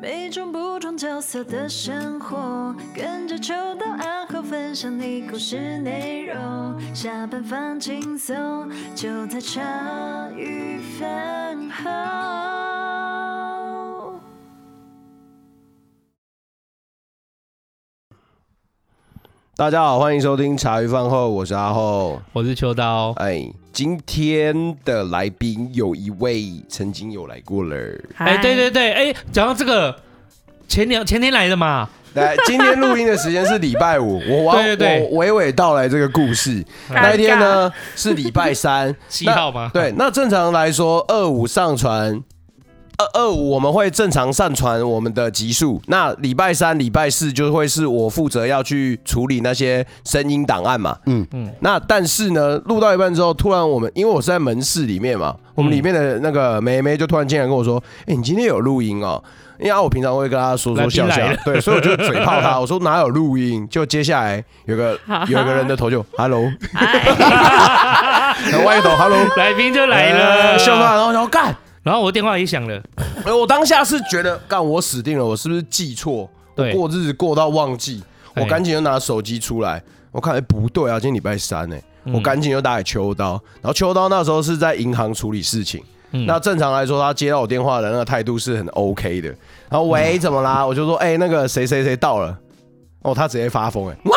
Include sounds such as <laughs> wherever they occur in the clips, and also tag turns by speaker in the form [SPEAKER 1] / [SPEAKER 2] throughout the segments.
[SPEAKER 1] 每种不同角色的生活，跟着秋到暗号分享你故事内容。下班放轻松，就在茶余饭后。
[SPEAKER 2] 大家好，欢迎收听茶余饭后，我是阿后。
[SPEAKER 3] 我是秋刀，
[SPEAKER 2] 哎，今天的来宾有一位曾经有来过了， <laughs>
[SPEAKER 3] 哎、对对对，哎、讲到这个，前年前天来的嘛，
[SPEAKER 2] 来，哎今天录音的时间是礼拜五，我我
[SPEAKER 3] 对对对
[SPEAKER 2] 我娓娓道来这个故事。那一天呢是礼拜三
[SPEAKER 3] 七
[SPEAKER 2] 那
[SPEAKER 3] 号吗？
[SPEAKER 2] 对，那正常来说，二五上传，二二五我们会正常上传我们的集数。那礼拜三、礼拜四就会是我负责要去处理那些声音档案嘛。嗯嗯
[SPEAKER 3] 嗯。
[SPEAKER 2] 那但是呢，录到一半之后，突然我们因为我是在门市里面嘛，
[SPEAKER 3] 嗯
[SPEAKER 2] 我们里面的那个妹妹就突然进来跟我说：“哎、你今天有录音哦。”因为啊我平常会跟她说说笑
[SPEAKER 3] <laughs> 来宾
[SPEAKER 2] 笑
[SPEAKER 3] 来了，
[SPEAKER 2] 对，所以我就嘴炮她，我说哪有录音？就接下来有
[SPEAKER 3] <laughs>
[SPEAKER 2] 个有个人的头就 “hello”，然后歪头 “hello”，
[SPEAKER 3] 来宾就哎来了，
[SPEAKER 2] 秀发，然后然后干，
[SPEAKER 3] 哎然后我电话也响了，
[SPEAKER 2] 哎我当下是觉得干我死定了，我是不是记错？我
[SPEAKER 3] 对
[SPEAKER 2] 过日子过到忘记，我
[SPEAKER 3] 哎
[SPEAKER 2] 赶紧就拿手机出来，我看哎不对啊，今天礼拜三哎，
[SPEAKER 3] 嗯
[SPEAKER 2] 我赶紧就打给秋刀，然后秋刀那时候是在银行处理事情。
[SPEAKER 3] 嗯
[SPEAKER 2] 那正常来说，他接到我电话的那个态度是很 OK 的。然后喂，怎么啦？
[SPEAKER 3] 嗯
[SPEAKER 2] 我就说，哎、那个谁谁谁到了。哦，他直接发疯，哎，哇！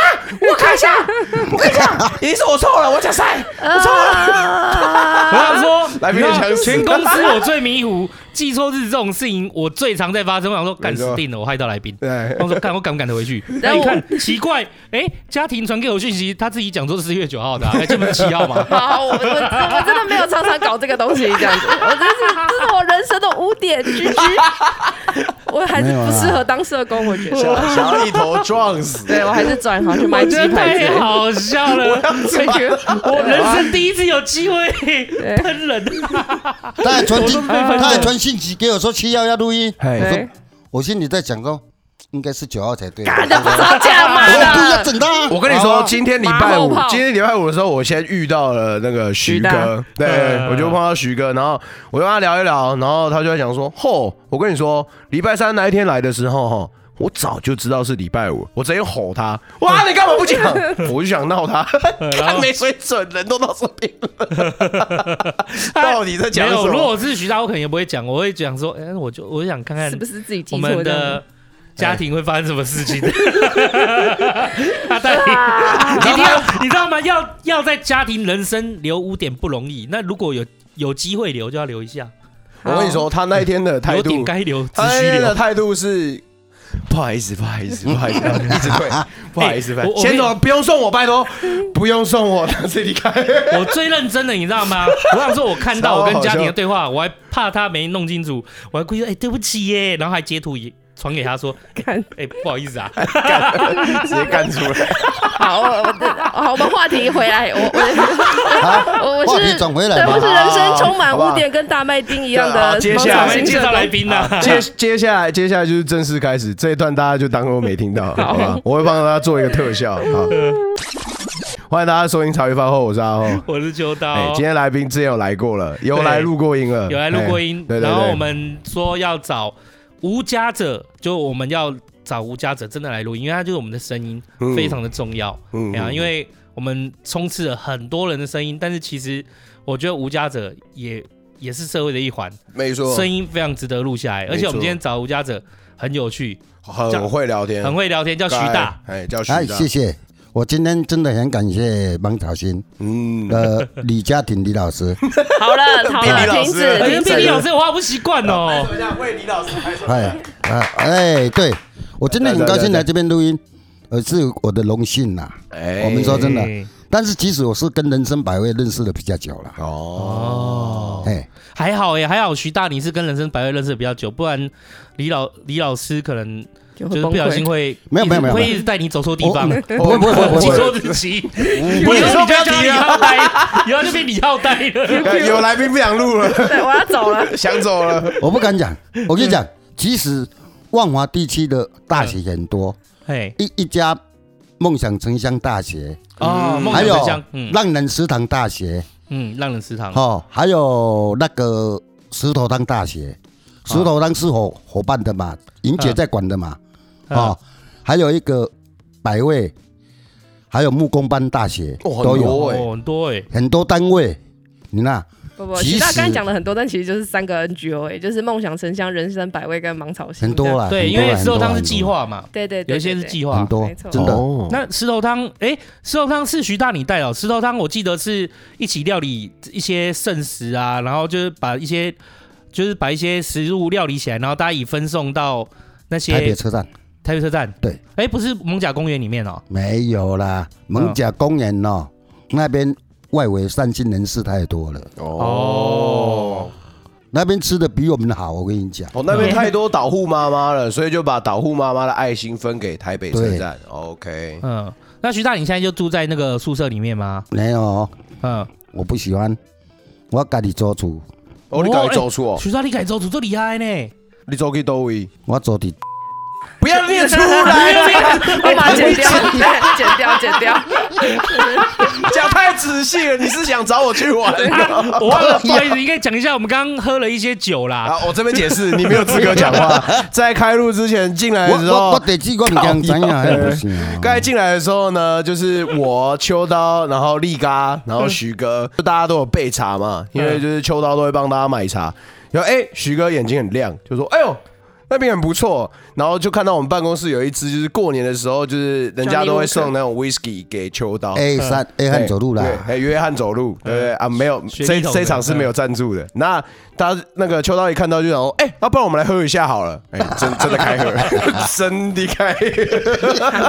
[SPEAKER 2] 我看一下， <laughs> 啊我看一下，一定是我错了，我假赛，我错了。
[SPEAKER 3] 我想说，
[SPEAKER 2] 啊 <laughs> 来宾也
[SPEAKER 3] 你知道
[SPEAKER 2] 呛死
[SPEAKER 3] 全公司我最迷糊，记错日这种事情我最常在发生。我想说，干
[SPEAKER 2] 没错
[SPEAKER 3] 死定了，我害到来宾。
[SPEAKER 2] <laughs> 对
[SPEAKER 3] 我，说看我敢不敢得回 <laughs> 去？那
[SPEAKER 4] 但
[SPEAKER 3] 一
[SPEAKER 4] 我
[SPEAKER 3] 看奇怪，哎，家庭传给我讯息，他自己讲说是月九号的啊，哎这不是七号 <laughs> 吗？
[SPEAKER 4] 好，我我我真的没有常常搞这个东西，这样子，我真是这是我人生的污点，居居，我还是不适合当社工，我觉
[SPEAKER 2] 想
[SPEAKER 4] 得。
[SPEAKER 2] 想要一头撞
[SPEAKER 3] <laughs>
[SPEAKER 2] 死。
[SPEAKER 4] 对，我还是转行去卖
[SPEAKER 3] 我
[SPEAKER 4] 鸡
[SPEAKER 3] 觉得
[SPEAKER 4] 排之类
[SPEAKER 3] 太
[SPEAKER 4] 的。
[SPEAKER 3] 好笑了，
[SPEAKER 4] 我觉得
[SPEAKER 3] 我人生第一次有机会喷人。啊
[SPEAKER 5] 他还传
[SPEAKER 3] 我
[SPEAKER 5] 信，
[SPEAKER 3] 都被分
[SPEAKER 5] 他还传信息给我说七幺要录音，
[SPEAKER 2] 嘿
[SPEAKER 4] 对，
[SPEAKER 5] 我心里在想说，应该是九号才对。
[SPEAKER 4] 干的不吵架
[SPEAKER 5] 我
[SPEAKER 4] 嘛
[SPEAKER 5] 故意要
[SPEAKER 4] 的，
[SPEAKER 5] 整他啊。
[SPEAKER 2] 我跟你
[SPEAKER 5] 好
[SPEAKER 2] 说，
[SPEAKER 5] 啊
[SPEAKER 2] 今天礼拜五
[SPEAKER 4] 马后炮，
[SPEAKER 2] 今天礼拜五的时候，我先遇到了那个徐
[SPEAKER 4] 徐大
[SPEAKER 2] 哥，对
[SPEAKER 3] 嗯
[SPEAKER 2] 我就碰到徐哥，然后我就跟他聊一聊，然后他就在讲说，吼，我跟你说，礼拜三那一天来的时候，吼。我早就知道是礼拜五，我直接吼他！哇，你干嘛不讲？ <laughs> 我就想闹他，
[SPEAKER 3] 嗯然
[SPEAKER 2] 看
[SPEAKER 3] 后
[SPEAKER 2] 没水准，人都到这边
[SPEAKER 3] <laughs>
[SPEAKER 2] 了， <laughs> 到底在讲
[SPEAKER 3] 没
[SPEAKER 2] 什
[SPEAKER 3] 有，如果
[SPEAKER 2] 么？
[SPEAKER 3] 我是徐大，我可能也不会讲，我会讲说，哎、我就我想看看
[SPEAKER 4] 是不是自己记
[SPEAKER 3] 我
[SPEAKER 4] 错
[SPEAKER 3] 们
[SPEAKER 4] 的？
[SPEAKER 3] 的家庭会发生什么事情。
[SPEAKER 2] 哎
[SPEAKER 3] <laughs> 他到底一定要，你知道吗？要要在家庭人生留污点不容易，那如果有有机会留，就要留一下，
[SPEAKER 2] 我跟你说，他那一天的态
[SPEAKER 3] 有
[SPEAKER 2] 度
[SPEAKER 3] 点，该留，只
[SPEAKER 2] 他哎那
[SPEAKER 3] 需
[SPEAKER 2] 天的
[SPEAKER 3] 留。
[SPEAKER 2] 态度是不好意思，不好意思，不 <laughs> 好意思，一直退，不好意思，拜
[SPEAKER 3] 我我
[SPEAKER 2] 先
[SPEAKER 3] 没有
[SPEAKER 2] 走，不用送我，拜托，不用送我，他自己离 <laughs> 开。
[SPEAKER 3] 我最认真的，你知道吗？我想说，我
[SPEAKER 2] <laughs>
[SPEAKER 3] 看到我
[SPEAKER 2] 超好
[SPEAKER 3] 跟家庭
[SPEAKER 2] 笑
[SPEAKER 3] 的对话，我还怕他没弄清楚，我还故意说，哎、对不起耶，然后还截图也传给他说，
[SPEAKER 4] 看
[SPEAKER 3] 哎、不好意思啊，
[SPEAKER 2] 直接干出来，
[SPEAKER 4] 好，我我好，我们话题回来，我我我我
[SPEAKER 5] 话
[SPEAKER 4] 是
[SPEAKER 5] 题转回
[SPEAKER 4] 对，
[SPEAKER 5] 来
[SPEAKER 4] 我
[SPEAKER 5] 吧
[SPEAKER 4] 是。人生充满污点，跟大麦丁一样
[SPEAKER 2] 好
[SPEAKER 4] 的。
[SPEAKER 2] 接下来
[SPEAKER 3] 我们介绍来宾呢、啊
[SPEAKER 2] 接接下来接下来就是正式开始，这一段大家就当做没听到，好吧？我会帮大家做一个特效，好。欢迎大家收听《茶余饭后》，我是阿后。
[SPEAKER 3] <laughs> 我是秋刀。
[SPEAKER 2] 哎，今天来宾之前有来过了，有
[SPEAKER 3] 对
[SPEAKER 2] 来录过音了，
[SPEAKER 3] 有来录过
[SPEAKER 2] 哎
[SPEAKER 3] 音，
[SPEAKER 2] 对对对
[SPEAKER 3] 然后我们说要找无家者，就我们要找无家者真的来录音，因为他就是我们的声音、
[SPEAKER 2] 嗯
[SPEAKER 3] 非常的重要，
[SPEAKER 2] 嗯
[SPEAKER 3] 对啊，因为我们充斥了很多人的声音，但是其实我觉得无家者也也是社会的一环，
[SPEAKER 2] 没错，
[SPEAKER 3] 声音非常值得录下来，
[SPEAKER 2] 错
[SPEAKER 3] 而且我们今天找无家者很有趣，
[SPEAKER 2] 很会聊天，
[SPEAKER 3] 很会聊天，叫徐大，
[SPEAKER 2] 哎哎，哎，叫徐
[SPEAKER 5] 哎，
[SPEAKER 2] 大
[SPEAKER 5] 谢，谢。我今天真的很感谢芒草心，
[SPEAKER 2] 嗯，
[SPEAKER 5] 呃，李家庭李老师，
[SPEAKER 4] 好了，好了，停止，
[SPEAKER 3] 哎
[SPEAKER 4] 停
[SPEAKER 3] 毕竟老
[SPEAKER 4] 止。
[SPEAKER 3] 师我好不习惯哦，
[SPEAKER 2] <laughs> 为李老师拍手
[SPEAKER 5] 哎，啊，哎，对，我真的很高兴来这边录音，呃，是我的荣幸呐。
[SPEAKER 2] 哎
[SPEAKER 5] 我们说真的
[SPEAKER 3] 哎，
[SPEAKER 5] 但是其实我是跟人生百味认识的比较久了，
[SPEAKER 2] 哦，
[SPEAKER 5] 哎，
[SPEAKER 3] 还好哎，还好徐大你是跟人生百味认识的比较久，不然李老李老师可能。
[SPEAKER 4] 就
[SPEAKER 3] 就是不小心会
[SPEAKER 5] 没有没有没有嗯
[SPEAKER 3] 会一直带你走错地方，
[SPEAKER 5] 不会不会不会
[SPEAKER 3] 记
[SPEAKER 5] 不会，
[SPEAKER 3] 错日期，
[SPEAKER 2] 不
[SPEAKER 3] 以
[SPEAKER 2] 是说
[SPEAKER 3] 后
[SPEAKER 2] 不
[SPEAKER 3] 你就
[SPEAKER 2] 要
[SPEAKER 3] 要叫
[SPEAKER 2] 提
[SPEAKER 3] 李
[SPEAKER 2] 啊，
[SPEAKER 3] 浩呆，以后就变李浩呆了。
[SPEAKER 2] 哎有来宾不想录 <laughs> 了，
[SPEAKER 4] <laughs> 对，我要走了。
[SPEAKER 2] 想走了。
[SPEAKER 5] 我不敢讲。
[SPEAKER 3] 嗯
[SPEAKER 5] 我跟你讲，其实万华地区的大学很多，
[SPEAKER 3] 哎，
[SPEAKER 5] 一一家梦想城乡大学，
[SPEAKER 3] 哦，梦
[SPEAKER 5] 还
[SPEAKER 3] 想
[SPEAKER 5] 有
[SPEAKER 3] 成乡，嗯
[SPEAKER 5] 浪人食堂大学，
[SPEAKER 3] 嗯，浪人食堂，嗯
[SPEAKER 5] 哦，还有那个石头汤大学，石头当是伙伙伴的嘛，莹姐在管的嘛，
[SPEAKER 3] 嗯
[SPEAKER 5] 啊，还有一个百位，还有木工班大学
[SPEAKER 2] 哦
[SPEAKER 5] 都
[SPEAKER 2] 很
[SPEAKER 5] 有
[SPEAKER 2] 多
[SPEAKER 3] 哦，很多哎，
[SPEAKER 5] 很多单位，你看
[SPEAKER 4] 不不，
[SPEAKER 5] 其
[SPEAKER 4] 其实他
[SPEAKER 5] 实
[SPEAKER 4] 刚才讲了很多，但其实就是三个 NGO，哎，就是梦想城乡、人生百味跟芒草心，
[SPEAKER 5] 很多啦，
[SPEAKER 3] 对，
[SPEAKER 5] 啊很
[SPEAKER 3] 因
[SPEAKER 5] 多啦
[SPEAKER 3] 为石头汤是
[SPEAKER 5] 很多
[SPEAKER 3] 计划嘛，
[SPEAKER 4] 这样，对对对，
[SPEAKER 3] 有一些
[SPEAKER 4] 对
[SPEAKER 3] 是，计
[SPEAKER 5] 很
[SPEAKER 3] 划。
[SPEAKER 5] 多
[SPEAKER 4] 没，错
[SPEAKER 5] 真的
[SPEAKER 2] 哦
[SPEAKER 3] 那石头汤，哎，石头汤是徐大你带哦。石头汤我记得是一起料理一些剩食啊，然后就是把一些就是把一些食物料理起来，然后大家以分送到那些
[SPEAKER 5] 台北车站
[SPEAKER 3] 台北车站。
[SPEAKER 5] 对，
[SPEAKER 3] 哎，不是蒙甲公园里面哦。
[SPEAKER 5] 没有啦，蒙甲公园哦，那边外围善心人士太多了，
[SPEAKER 2] 哦
[SPEAKER 5] 那边吃的比我们好，我跟你讲，
[SPEAKER 2] 哦，那边太多导护妈妈了，所以就把导护妈妈的爱心分给台北车站。OK，
[SPEAKER 3] 嗯，那徐大你现在就住在那个宿舍里面吗？
[SPEAKER 5] 没有哦，
[SPEAKER 3] 嗯，
[SPEAKER 5] 我不喜欢，我家己做主，
[SPEAKER 2] 哦，你赶紧走出哦，
[SPEAKER 3] 徐大你改走组这厉害呢。
[SPEAKER 2] 你走去多位，
[SPEAKER 5] 我做的
[SPEAKER 2] 不要念出 <laughs> 来，
[SPEAKER 4] 我把它剪
[SPEAKER 5] <laughs>
[SPEAKER 4] 掉，剪掉，剪
[SPEAKER 3] <laughs>
[SPEAKER 4] 掉。
[SPEAKER 2] 讲太仔细了，你是想找我去 <laughs> 玩？
[SPEAKER 3] 啊我忘了，不好意思，应该讲一下，我们刚刚喝了一些酒啦。
[SPEAKER 2] 啊，我这边解释，你没有资格讲 <laughs> 话。在开录之前进来
[SPEAKER 5] 我
[SPEAKER 2] 的时
[SPEAKER 5] 我
[SPEAKER 2] 候
[SPEAKER 5] 我，得记过你讲怎样，还不行啊，
[SPEAKER 2] 刚才进来的时候呢，就是我秋刀，然后力嘎，然后徐
[SPEAKER 5] <laughs>
[SPEAKER 2] 哥，就大家都有备茶嘛，因为就是秋刀都会帮大家买茶。然后哎、徐哥眼睛很亮，就说：“哎呦，那边很不错。”然后就看到我们办公室有一只，就是过年的时候，就是人家都会送那种 whisky 给秋刀。
[SPEAKER 5] A 三 A 汉哎走路啦，
[SPEAKER 2] 对，哎，约翰走路，对不对啊？没有，
[SPEAKER 3] 雪
[SPEAKER 2] 这
[SPEAKER 3] 梨桶的
[SPEAKER 2] 这场是没有赞助的。那他那个秋刀一看到就想说，哎，那不然我们来喝一下好了。哎，真真的
[SPEAKER 5] <laughs>
[SPEAKER 2] 开喝，真的开喝。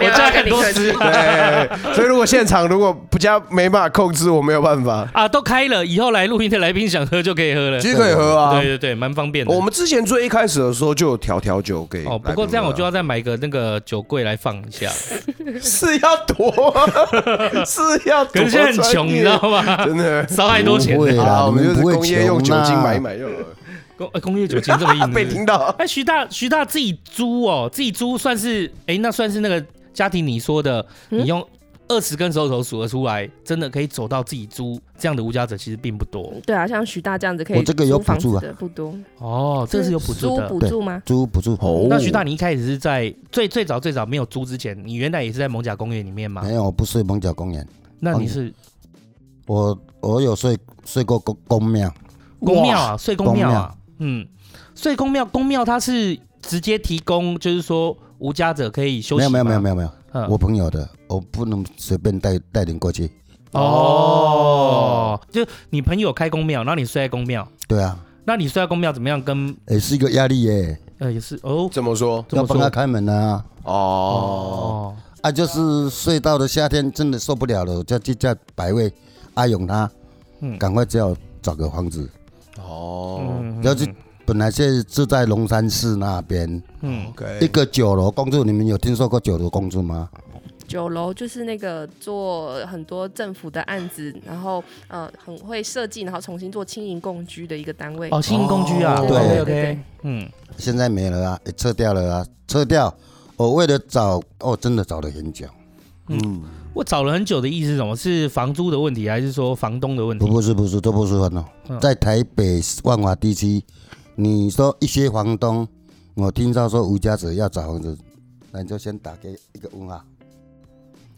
[SPEAKER 4] 我
[SPEAKER 3] 加很多汁
[SPEAKER 2] 对，所以如果现场如果不加没办法控制，我没有办法。
[SPEAKER 3] 啊，都开了，以后来录音的来宾想喝就可以喝了。
[SPEAKER 2] 其实可以喝啊
[SPEAKER 3] 对，对对，蛮方便的。
[SPEAKER 2] 我们之哎前最一开始的时候就有调调酒给
[SPEAKER 3] 哦，不过这样我就要再买个那个酒柜来放一下，
[SPEAKER 2] <laughs> 是要多，啊是要多，啊
[SPEAKER 3] 可是现在很穷，你知道吗？
[SPEAKER 2] 真的。
[SPEAKER 3] 烧太多钱
[SPEAKER 5] 不会
[SPEAKER 3] 了，
[SPEAKER 5] 啦
[SPEAKER 2] 啊啊，我
[SPEAKER 5] 你
[SPEAKER 2] 们就是
[SPEAKER 5] 不会
[SPEAKER 2] 工业
[SPEAKER 5] 穷
[SPEAKER 2] 用酒精
[SPEAKER 5] 啦
[SPEAKER 2] 买一买就好了，
[SPEAKER 3] 工呃工业酒精这么硬是
[SPEAKER 2] <laughs>
[SPEAKER 3] 不
[SPEAKER 2] 被
[SPEAKER 3] 是，
[SPEAKER 2] 听到。
[SPEAKER 3] 哎，徐大，徐大自己租哦，自己租算是哎，那算是那个家庭你说的，你用二十根手指头数得出来，真的可以走到自己租这样的无家者，其实并不多
[SPEAKER 4] 对啊，像徐大这样子可以，
[SPEAKER 5] 我这个有
[SPEAKER 4] 租房
[SPEAKER 5] 补助
[SPEAKER 4] 子
[SPEAKER 5] 啊
[SPEAKER 4] 的不多，
[SPEAKER 3] 哦，这个是有补助
[SPEAKER 4] 租
[SPEAKER 3] 的。
[SPEAKER 4] 补助吗？
[SPEAKER 5] 租不住
[SPEAKER 2] 哦
[SPEAKER 3] 那徐大，你一开始是在最最早最早没有租之前，你原来也是在蒙甲公园里面吗？
[SPEAKER 5] 没有，我不睡蒙角公园，
[SPEAKER 3] 那你是
[SPEAKER 5] 我我有睡睡过公公庙，
[SPEAKER 3] 公庙
[SPEAKER 5] 哇
[SPEAKER 3] 啊，睡公庙啊，嗯，睡公庙，公庙它是直接提供，就是说无家者可以休息，
[SPEAKER 5] 没有没有没有
[SPEAKER 3] 有，
[SPEAKER 5] 没有没有，
[SPEAKER 3] 嗯
[SPEAKER 5] 我朋友的，我不能随便带带人过去，
[SPEAKER 3] 哦，就你朋友开公庙，然后你睡在公庙，
[SPEAKER 5] 对啊，
[SPEAKER 3] 那你睡在公庙怎么样？跟
[SPEAKER 5] 也是一个压力耶，
[SPEAKER 3] 呃也是哦，
[SPEAKER 2] 怎么说？
[SPEAKER 3] 怎
[SPEAKER 5] 要
[SPEAKER 3] 么
[SPEAKER 5] 帮他
[SPEAKER 3] 说？
[SPEAKER 5] 开门啊，
[SPEAKER 2] 哦，
[SPEAKER 3] 哦，
[SPEAKER 5] 啊，就是睡到了夏天真的受不了了，我就去叫百位阿勇他
[SPEAKER 3] 嗯，
[SPEAKER 5] 赶快叫找个房子，
[SPEAKER 2] 哦
[SPEAKER 3] 嗯，
[SPEAKER 5] 要是本来是住在龙山寺那边
[SPEAKER 3] 嗯，
[SPEAKER 5] 一
[SPEAKER 2] ，OK，
[SPEAKER 5] 个九楼公住，你们有听说过九楼公住吗？
[SPEAKER 4] 酒楼就是那个做很多政府的案子，然后呃很会设计，然后重新做轻盈共居的一个单位。
[SPEAKER 3] 哦，新工具啊，
[SPEAKER 5] 哦对
[SPEAKER 3] 对
[SPEAKER 4] 对
[SPEAKER 3] OK，
[SPEAKER 4] 对
[SPEAKER 3] 嗯，
[SPEAKER 5] 现在没了啊，也撤掉了啊，撤掉。我为了找，哦，真的找了很久，
[SPEAKER 2] 嗯，
[SPEAKER 3] 我找了很久的意思是什么？是房租的问题，还是说房东的问
[SPEAKER 5] 不
[SPEAKER 3] 题？
[SPEAKER 5] 不是不是，都不是很哦
[SPEAKER 3] 嗯，
[SPEAKER 5] 在台北万华地区，你说一些房东，我听到说吴家者要找房子，那你就先打给一个问号。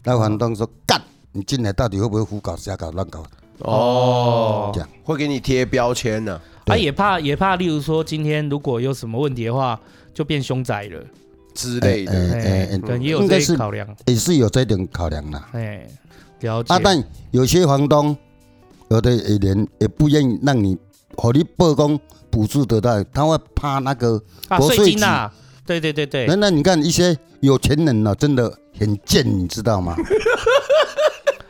[SPEAKER 5] 那房东说干，你进来到底会不会胡搞瞎搞乱搞？
[SPEAKER 2] 哦
[SPEAKER 5] 这样，
[SPEAKER 2] 会给你贴标签啊呢。
[SPEAKER 3] 他
[SPEAKER 5] 对
[SPEAKER 3] 啊也怕也怕，例如说今天如果有什么问题的话，就变凶宅了。
[SPEAKER 2] 之类的。
[SPEAKER 5] 哎哎
[SPEAKER 3] 哎，
[SPEAKER 5] 哎
[SPEAKER 3] 对，也有
[SPEAKER 5] 应
[SPEAKER 3] 这
[SPEAKER 5] 该
[SPEAKER 3] 一
[SPEAKER 5] 是
[SPEAKER 3] 考量，
[SPEAKER 5] 也是有这点考量啦。
[SPEAKER 3] 哎，了解。
[SPEAKER 5] 啊，但有些房东，有的也连也不愿意让你和你曝光补助得到，他会怕那个
[SPEAKER 3] 啊，
[SPEAKER 5] 国税
[SPEAKER 3] 税金呐，对对对对
[SPEAKER 5] 那，那你看一些有钱人呢、真的很贱，你知道吗？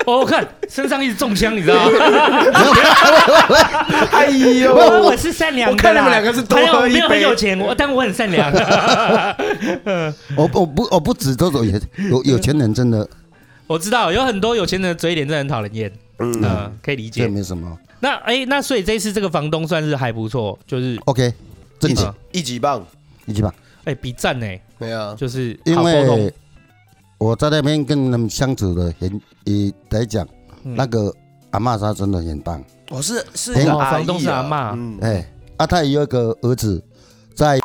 [SPEAKER 3] 哦，我看身上一直中枪，你知道吗？
[SPEAKER 2] 哎呦
[SPEAKER 3] <laughs> 我
[SPEAKER 2] <laughs>
[SPEAKER 3] 我是善良的啦，
[SPEAKER 2] 我看你们两个是多喝
[SPEAKER 3] 没有我没有
[SPEAKER 2] 一杯
[SPEAKER 3] 很有钱，我但我很善良。
[SPEAKER 5] 我我不我不止这种有有有钱人，真的
[SPEAKER 3] 我知道有很多有钱人的嘴脸真的很讨人厌，
[SPEAKER 2] 嗯，
[SPEAKER 3] 嗯，可以理
[SPEAKER 5] 这
[SPEAKER 3] 解。
[SPEAKER 5] 没什么。
[SPEAKER 3] 那哎，那所以这次这个房东算是还不错，就是
[SPEAKER 5] OK，正
[SPEAKER 2] 一
[SPEAKER 5] 解
[SPEAKER 2] 级，一级棒，
[SPEAKER 5] 一起吧。
[SPEAKER 3] 哎比赞呢，
[SPEAKER 2] 对啊，
[SPEAKER 3] 就是
[SPEAKER 5] 因
[SPEAKER 3] 好沟通
[SPEAKER 5] 为我在那边跟他们相处的很，也来讲，
[SPEAKER 3] 嗯
[SPEAKER 5] 那个阿嬷她真的很棒。
[SPEAKER 2] 我是是
[SPEAKER 5] 哎
[SPEAKER 2] 一个
[SPEAKER 3] 哦
[SPEAKER 2] 阿姨啊
[SPEAKER 3] 房东是阿嬷
[SPEAKER 2] 嗯
[SPEAKER 5] 哎，啊，她也有一个儿子，在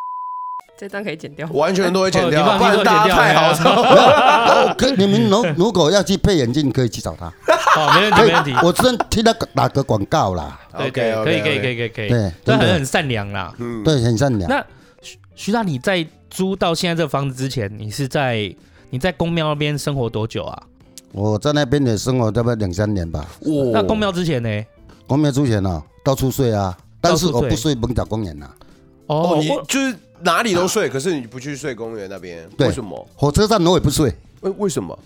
[SPEAKER 4] 这张可以剪掉。
[SPEAKER 2] 完全都会剪掉
[SPEAKER 3] 哦，你
[SPEAKER 2] 不
[SPEAKER 3] 把
[SPEAKER 2] 然
[SPEAKER 3] 你都
[SPEAKER 2] 大家
[SPEAKER 3] 剪掉
[SPEAKER 2] 太好笑 <laughs> 了。
[SPEAKER 3] 啊
[SPEAKER 5] 哦可你们如如果要去配眼镜，可以去找他。
[SPEAKER 3] 好，哦没问
[SPEAKER 5] <laughs>
[SPEAKER 3] 题，
[SPEAKER 5] 可
[SPEAKER 3] <laughs>
[SPEAKER 5] 以
[SPEAKER 3] 没问题，。
[SPEAKER 5] 我之前听他打个广告
[SPEAKER 3] <laughs>
[SPEAKER 5] 啦，
[SPEAKER 3] 对对，可以，可以，可以，可以，可以，
[SPEAKER 5] 哎对
[SPEAKER 3] 哎这
[SPEAKER 5] 真
[SPEAKER 3] 很
[SPEAKER 5] 的
[SPEAKER 3] 很善良啦。
[SPEAKER 2] 嗯，
[SPEAKER 5] 对，很善良。
[SPEAKER 3] 那徐徐大，你在租到现在这个房子之前，你是在你在公庙那边生活多久啊？
[SPEAKER 5] 我在那边也生活大概两三年吧。
[SPEAKER 2] 哇
[SPEAKER 3] 那公庙之前呢？
[SPEAKER 5] 公庙之前啊，到处睡啊，但是
[SPEAKER 3] 到处
[SPEAKER 5] 我
[SPEAKER 3] 睡
[SPEAKER 5] 不睡蒙角公园呐、
[SPEAKER 2] 哦，
[SPEAKER 3] 哦，
[SPEAKER 2] 你
[SPEAKER 3] 我
[SPEAKER 2] 就是哪里都睡，可是你不去睡公园那边，
[SPEAKER 5] 对
[SPEAKER 2] 为什么？
[SPEAKER 5] 火车站我也不睡，
[SPEAKER 2] 为为什么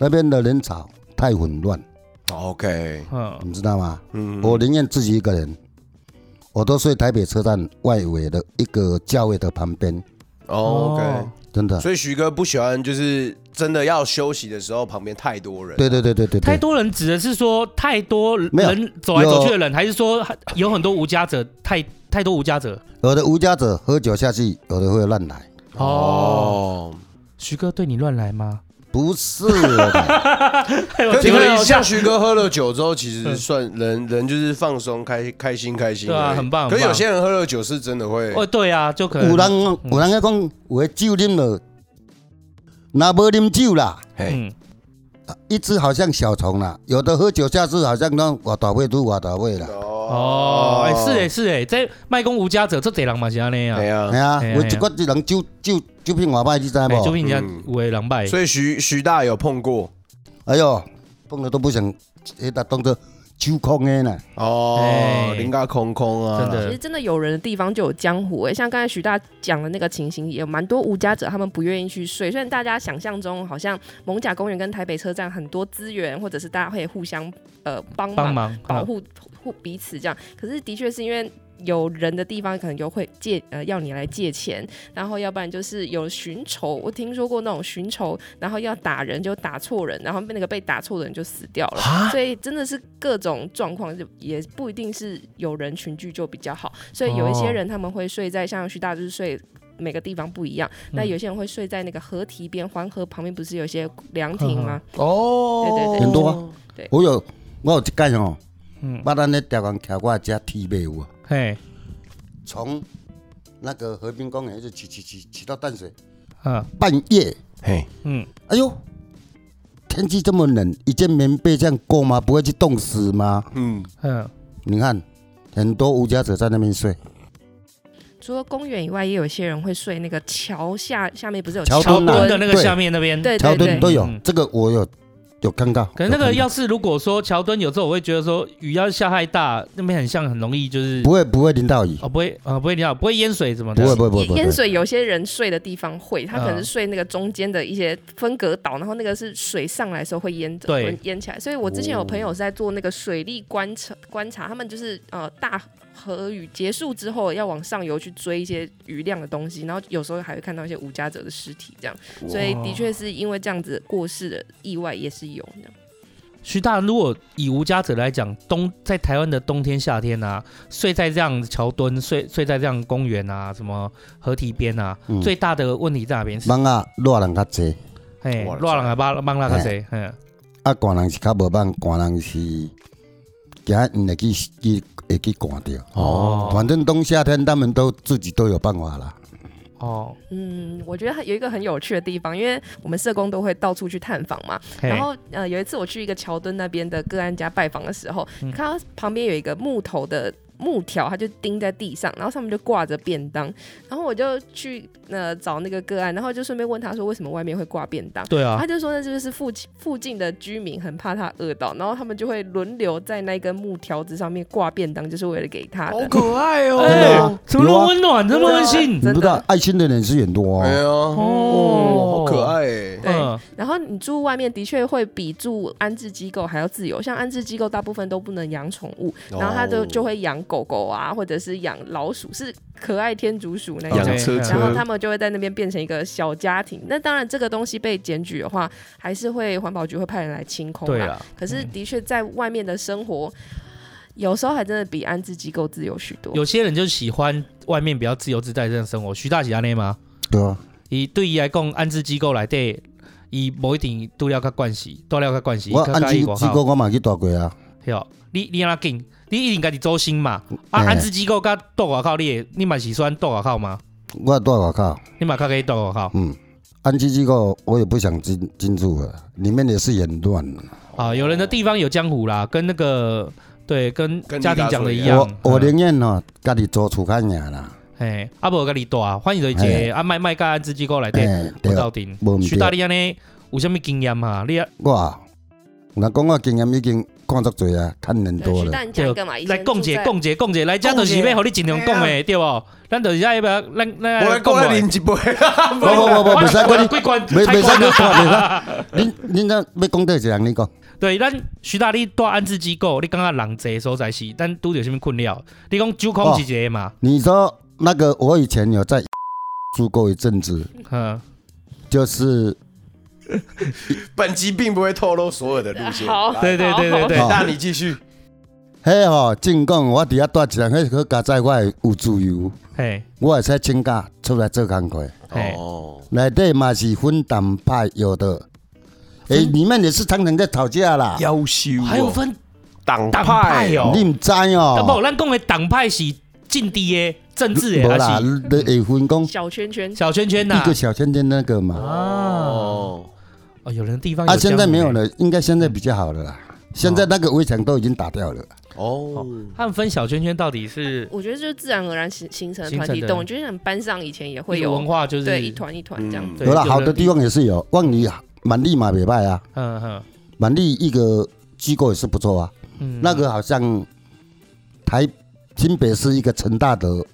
[SPEAKER 5] 那边的人潮太混乱，
[SPEAKER 2] ？OK，
[SPEAKER 3] 嗯，
[SPEAKER 5] 你知道吗？
[SPEAKER 2] 嗯，
[SPEAKER 5] 我宁愿自己一个人，我都睡台北车站外围的一个教会的旁边，
[SPEAKER 2] 哦 OK，
[SPEAKER 5] 真的。
[SPEAKER 2] 所以徐哥不喜欢，就是真的要休息的时候，旁边太多人。
[SPEAKER 5] 对对对对对
[SPEAKER 3] 太
[SPEAKER 5] 对，
[SPEAKER 3] 多人指的是说太多
[SPEAKER 5] 没有
[SPEAKER 3] 人走来走去的人，还是说有很多无家者？太太多无家者
[SPEAKER 5] 有的无家者喝酒下去，有的会乱来，
[SPEAKER 3] 哦。
[SPEAKER 2] 哦，
[SPEAKER 3] 徐哥对你乱来吗？
[SPEAKER 5] 不是哦
[SPEAKER 2] <laughs>
[SPEAKER 5] 的，
[SPEAKER 2] 可是
[SPEAKER 3] 请
[SPEAKER 2] 你
[SPEAKER 3] 问一
[SPEAKER 2] 看
[SPEAKER 3] 下
[SPEAKER 2] 像徐哥喝了酒之后，其实算人人就是放松、开开心、开心而已。
[SPEAKER 3] 对啊很棒很
[SPEAKER 2] 可
[SPEAKER 3] 棒
[SPEAKER 2] 是有些人喝了酒是真的会，
[SPEAKER 3] 哦，对啊，就可能
[SPEAKER 5] 有人有人在讲，有的酒啉了，那无啉酒啦，
[SPEAKER 2] 嘿，
[SPEAKER 5] 哎
[SPEAKER 3] 嗯，
[SPEAKER 5] 一只好像小虫啦，有的喝酒下去好像那我打会吐我打会啦。
[SPEAKER 3] 嗯哦，哎是哎，是哎，在卖公无家者，这贼人嘛是安尼啊
[SPEAKER 2] 哎，呀
[SPEAKER 5] 哎，呀，
[SPEAKER 3] 哎呀
[SPEAKER 5] 我一个一人酒酒酒品外歹，你知
[SPEAKER 3] 哎，就
[SPEAKER 5] 无？
[SPEAKER 3] 比人家
[SPEAKER 2] 嗯
[SPEAKER 3] 有的人拜，
[SPEAKER 2] 所以徐徐大有碰过
[SPEAKER 5] 哎呦，碰了都不想，迄搭当做酒空的呢。
[SPEAKER 2] 哦
[SPEAKER 3] 哎，
[SPEAKER 2] 林家空空啊，
[SPEAKER 3] 真
[SPEAKER 4] 其实
[SPEAKER 3] 的，
[SPEAKER 4] 真的有人的地方就有江湖哎、像刚才徐大讲的那个情形，也有蛮多无家者他们不愿意去睡。虽然大家想象中好像蒙甲公园跟台北车站很多资源，或者是大家会互相呃帮忙
[SPEAKER 3] 帮忙
[SPEAKER 4] 保护护彼此这样，可是的确是因为。有人的地方可能就会借呃要你来借钱，然后要不然就是有寻仇，我听说过那种寻仇，然后要打人就打错人，然后被那个被打错的人就死掉了。所以真的是各种状况，就也不一定是有人群聚就比较好。所以有一些人他们会睡在像徐大就是睡。每个地方不一样，那有些人会睡在那个河堤边，黄河旁边不是有些凉亭
[SPEAKER 3] 嗯
[SPEAKER 4] 吗？
[SPEAKER 2] 哦，
[SPEAKER 4] 对对对
[SPEAKER 5] 很多啊我有我有一届吼，
[SPEAKER 3] 嗯，
[SPEAKER 5] 捌咱咧调工徛我遮天马有啊，
[SPEAKER 3] 嘿，
[SPEAKER 5] 从那个河滨公园一直骑骑骑骑到淡水，
[SPEAKER 3] 嗯
[SPEAKER 5] 半夜，
[SPEAKER 2] 嘿，
[SPEAKER 3] 嗯，
[SPEAKER 5] 哎呦，天气这么冷，一件棉被这样够吗？不会去冻死吗？
[SPEAKER 2] 嗯，
[SPEAKER 3] 嗯，
[SPEAKER 5] 你看，很多无家者在那边睡，
[SPEAKER 4] 除了公园以外，也有些人会睡那个桥下，下面不是有
[SPEAKER 5] 桥
[SPEAKER 3] 桥
[SPEAKER 5] 墩啊
[SPEAKER 3] 墩的那个
[SPEAKER 5] 对
[SPEAKER 3] 下面那边，
[SPEAKER 4] 对
[SPEAKER 5] 桥
[SPEAKER 4] 对对
[SPEAKER 5] 墩，都有
[SPEAKER 3] 嗯，
[SPEAKER 5] 这个我有有看到。
[SPEAKER 3] 可是那个
[SPEAKER 5] 有看到
[SPEAKER 3] 要是如果说桥墩有时候我会觉得说雨要下太大，那边很像很容易就是
[SPEAKER 5] 不会不会淋到雨，
[SPEAKER 3] 哦啊不会啊、不会掉不会淹水什么的，
[SPEAKER 5] 不会不会不会不
[SPEAKER 4] 淹
[SPEAKER 5] 会
[SPEAKER 4] 淹。水有些人睡的地方会，他可
[SPEAKER 3] 嗯
[SPEAKER 4] 能是睡那个中间的一些分隔岛，然后那个是水上来的时候会淹着，
[SPEAKER 3] 对
[SPEAKER 4] 会淹起来。所以我之前有朋友是在做那个水利观察观察，他们就是呃大河雨结束之后要往上游去追一些余量的东西，然后有时候还会看到一些无家者的尸体这样，所以的确是因为这样子过世的意外也是有这样。
[SPEAKER 3] 徐大，如果以无家者来讲，冬在台湾的冬天、夏天啊，睡在这样的桥墩，睡睡在这样的公园啊，什么河堤边啊，
[SPEAKER 5] 嗯
[SPEAKER 3] 最大的问题在哪边？是
[SPEAKER 5] 蚊啊，热人较济，
[SPEAKER 3] 哎，
[SPEAKER 2] 我的
[SPEAKER 3] 乱人啊，帮帮那个谁？嗯，
[SPEAKER 5] 啊，寒人是较无蚊，寒人是惊因会去去会去寒着。
[SPEAKER 3] 哦
[SPEAKER 5] 反正冬夏天他们都自己都有办法啦。
[SPEAKER 3] 哦，
[SPEAKER 4] 嗯，我觉得有一个很有趣的地方，因为我们社工都会到处去探访嘛，
[SPEAKER 3] 嘿
[SPEAKER 4] 然后呃，有一次我去一个桥墩那边的个案家拜访的时候，
[SPEAKER 3] 嗯
[SPEAKER 4] 看到旁边有一个木头的木条，它就钉在地上，然后上面就挂着便当，然后我就去呃找那个个案，然后就顺便问他说为什么外面会挂便当。
[SPEAKER 3] 对啊
[SPEAKER 4] 他，就说那就是附近附近的居民很怕他饿到，然后他们就会轮流在那根木条子上面挂便当，就是为了给他的。
[SPEAKER 2] 可爱
[SPEAKER 5] 真的
[SPEAKER 3] 哎
[SPEAKER 5] 啊，
[SPEAKER 3] 怎么那
[SPEAKER 5] 有
[SPEAKER 3] 么
[SPEAKER 5] 啊
[SPEAKER 3] 温暖，这么哦温馨？
[SPEAKER 5] 你
[SPEAKER 4] 真
[SPEAKER 5] 不知
[SPEAKER 4] 的
[SPEAKER 5] 道，爱心的人是很多
[SPEAKER 2] 哎
[SPEAKER 5] 哦。
[SPEAKER 2] 呀，
[SPEAKER 3] 哦
[SPEAKER 2] 哦，好可爱哎，
[SPEAKER 4] 对
[SPEAKER 3] 嗯
[SPEAKER 4] 然后你住外面的确会比住安置机构还要自由，像安置机构大部分都不能养宠物，
[SPEAKER 2] 哦
[SPEAKER 4] 然后他就就会养狗狗啊，或者是养老鼠，是可爱天竺鼠那一
[SPEAKER 2] 养
[SPEAKER 4] 种。
[SPEAKER 3] OK，
[SPEAKER 2] 车
[SPEAKER 3] 嗯
[SPEAKER 4] 然后
[SPEAKER 2] 车
[SPEAKER 4] 他，们就会在那边变成一个小家庭。那当然，这个东西被检举的话，还是会环保局会派人来清空
[SPEAKER 3] 对啊
[SPEAKER 4] 啦。
[SPEAKER 3] 了，
[SPEAKER 4] 可是的确在外面的生活，有时候还真的比安置机构自由许多。
[SPEAKER 3] 有些人就喜欢外面比较自由自在这样的生活。徐大喜欢那吗？
[SPEAKER 5] 对啊，
[SPEAKER 3] 伊对伊来讲，安置机构内底，伊无一定都了较关系，都了较关系。
[SPEAKER 5] 我
[SPEAKER 3] 较
[SPEAKER 5] 按
[SPEAKER 3] 介
[SPEAKER 5] 机
[SPEAKER 3] 意外
[SPEAKER 5] 机
[SPEAKER 3] 口
[SPEAKER 5] 构我嘛去住过啊。
[SPEAKER 3] 对哦，你你安怎紧，你一定家己走心嘛。啊，
[SPEAKER 5] 嗯
[SPEAKER 3] 安置机构甲倒外口，你会你嘛是选倒外口嘛？
[SPEAKER 5] 我住外口，
[SPEAKER 3] 你马卡可以懂我好
[SPEAKER 5] 嗯，安吉机构我也不想进进入了，里面也是很乱。哦
[SPEAKER 3] 啊，有人的地方有江湖啦，跟那个对跟
[SPEAKER 2] 跟
[SPEAKER 3] 家庭讲的一
[SPEAKER 2] 一样
[SPEAKER 3] 样
[SPEAKER 5] 我。我
[SPEAKER 3] 嗯
[SPEAKER 5] 宁愿哦，家己做厝较赢啦。
[SPEAKER 3] 嘿，阿伯跟你多啊，欢迎一个啊，卖卖甲安置机构来对，
[SPEAKER 5] 嘿
[SPEAKER 3] 我
[SPEAKER 5] 对，啊哦
[SPEAKER 3] 到顶
[SPEAKER 5] 无毋
[SPEAKER 3] 徐大
[SPEAKER 5] 对。
[SPEAKER 3] 力安尼有啥物经验嘛？你啊
[SPEAKER 5] 我啊，若讲我经验已经看足多啊，看人
[SPEAKER 4] 对
[SPEAKER 5] 多
[SPEAKER 4] 徐
[SPEAKER 5] 了。
[SPEAKER 4] 大，你讲一个啊嘛？以前
[SPEAKER 3] 来讲
[SPEAKER 4] 住
[SPEAKER 3] 者
[SPEAKER 4] 在
[SPEAKER 3] 讲者讲者，来遮就是要互你尽量讲的，对无？咱就是要要咱咱
[SPEAKER 2] 我来啊过来啉一杯，
[SPEAKER 5] 不不不不，袂使
[SPEAKER 3] 关
[SPEAKER 5] 讲
[SPEAKER 3] 几关，
[SPEAKER 5] 你，袂
[SPEAKER 3] 才
[SPEAKER 5] 袂
[SPEAKER 3] 关
[SPEAKER 5] 使
[SPEAKER 3] 啊
[SPEAKER 5] 你看，袂使。恁恁这要讲倒一个人，你讲。
[SPEAKER 3] 对，咱徐大你带安置机构，你感觉人济的所在是，咱拄着啥物困扰？你讲酒空是一个嘛？
[SPEAKER 5] 你说那个，我以前有在住过一阵子，
[SPEAKER 3] 嗯，
[SPEAKER 5] 就是
[SPEAKER 2] <laughs> 本集并不会透露所有的路线。
[SPEAKER 4] 好，
[SPEAKER 3] 对对对对对
[SPEAKER 5] 好
[SPEAKER 2] 那你继续。
[SPEAKER 5] 嘿吼，正讲我伫遐住一人，迄个加在我会有自由，
[SPEAKER 3] 嘿，
[SPEAKER 5] 我会使请假出来做工课，
[SPEAKER 3] 嘿，
[SPEAKER 2] 哦，
[SPEAKER 5] 内底嘛是分党派有的，诶、里面也是常常在吵架啦，
[SPEAKER 2] 优秀哦
[SPEAKER 3] 还有分
[SPEAKER 2] 党
[SPEAKER 3] 党派哦。
[SPEAKER 5] 你毋知
[SPEAKER 3] 啊
[SPEAKER 5] 哦
[SPEAKER 3] 不，，咱讲的党派是政治的、政治的，
[SPEAKER 5] 无
[SPEAKER 3] 还
[SPEAKER 5] 啦，
[SPEAKER 3] 是
[SPEAKER 5] 你会分讲
[SPEAKER 4] 小圈圈，
[SPEAKER 3] 小圈圈呐
[SPEAKER 5] 一？个小圈圈那个嘛，
[SPEAKER 3] 啊，
[SPEAKER 2] 哦，
[SPEAKER 3] 哦，有人地方
[SPEAKER 5] 啊，
[SPEAKER 3] 有
[SPEAKER 5] 现在没有
[SPEAKER 3] 江湖欸。
[SPEAKER 5] 了，应该现在比较好了啦，现在那个围墙都已经打掉了，
[SPEAKER 2] 哦，
[SPEAKER 3] 他们分小圈圈到底是
[SPEAKER 4] 我觉得就是自然而然形形成的
[SPEAKER 3] 形
[SPEAKER 4] 团
[SPEAKER 3] 成
[SPEAKER 4] 体
[SPEAKER 3] 的
[SPEAKER 4] 动。我觉得你们班上以前也会
[SPEAKER 3] 一个文
[SPEAKER 4] 有，
[SPEAKER 3] 化，就是
[SPEAKER 4] 对，一团一团这
[SPEAKER 2] 嗯
[SPEAKER 4] 样。
[SPEAKER 3] 对
[SPEAKER 5] 有啦，
[SPEAKER 3] 有
[SPEAKER 5] 好
[SPEAKER 3] 的
[SPEAKER 5] 的地方也是有，万里满地嘛袂歹啊，
[SPEAKER 3] 嗯嗯
[SPEAKER 5] 满地一个机构也是不错啊。
[SPEAKER 3] 嗯，
[SPEAKER 5] 那个好像台新北市一个陈大德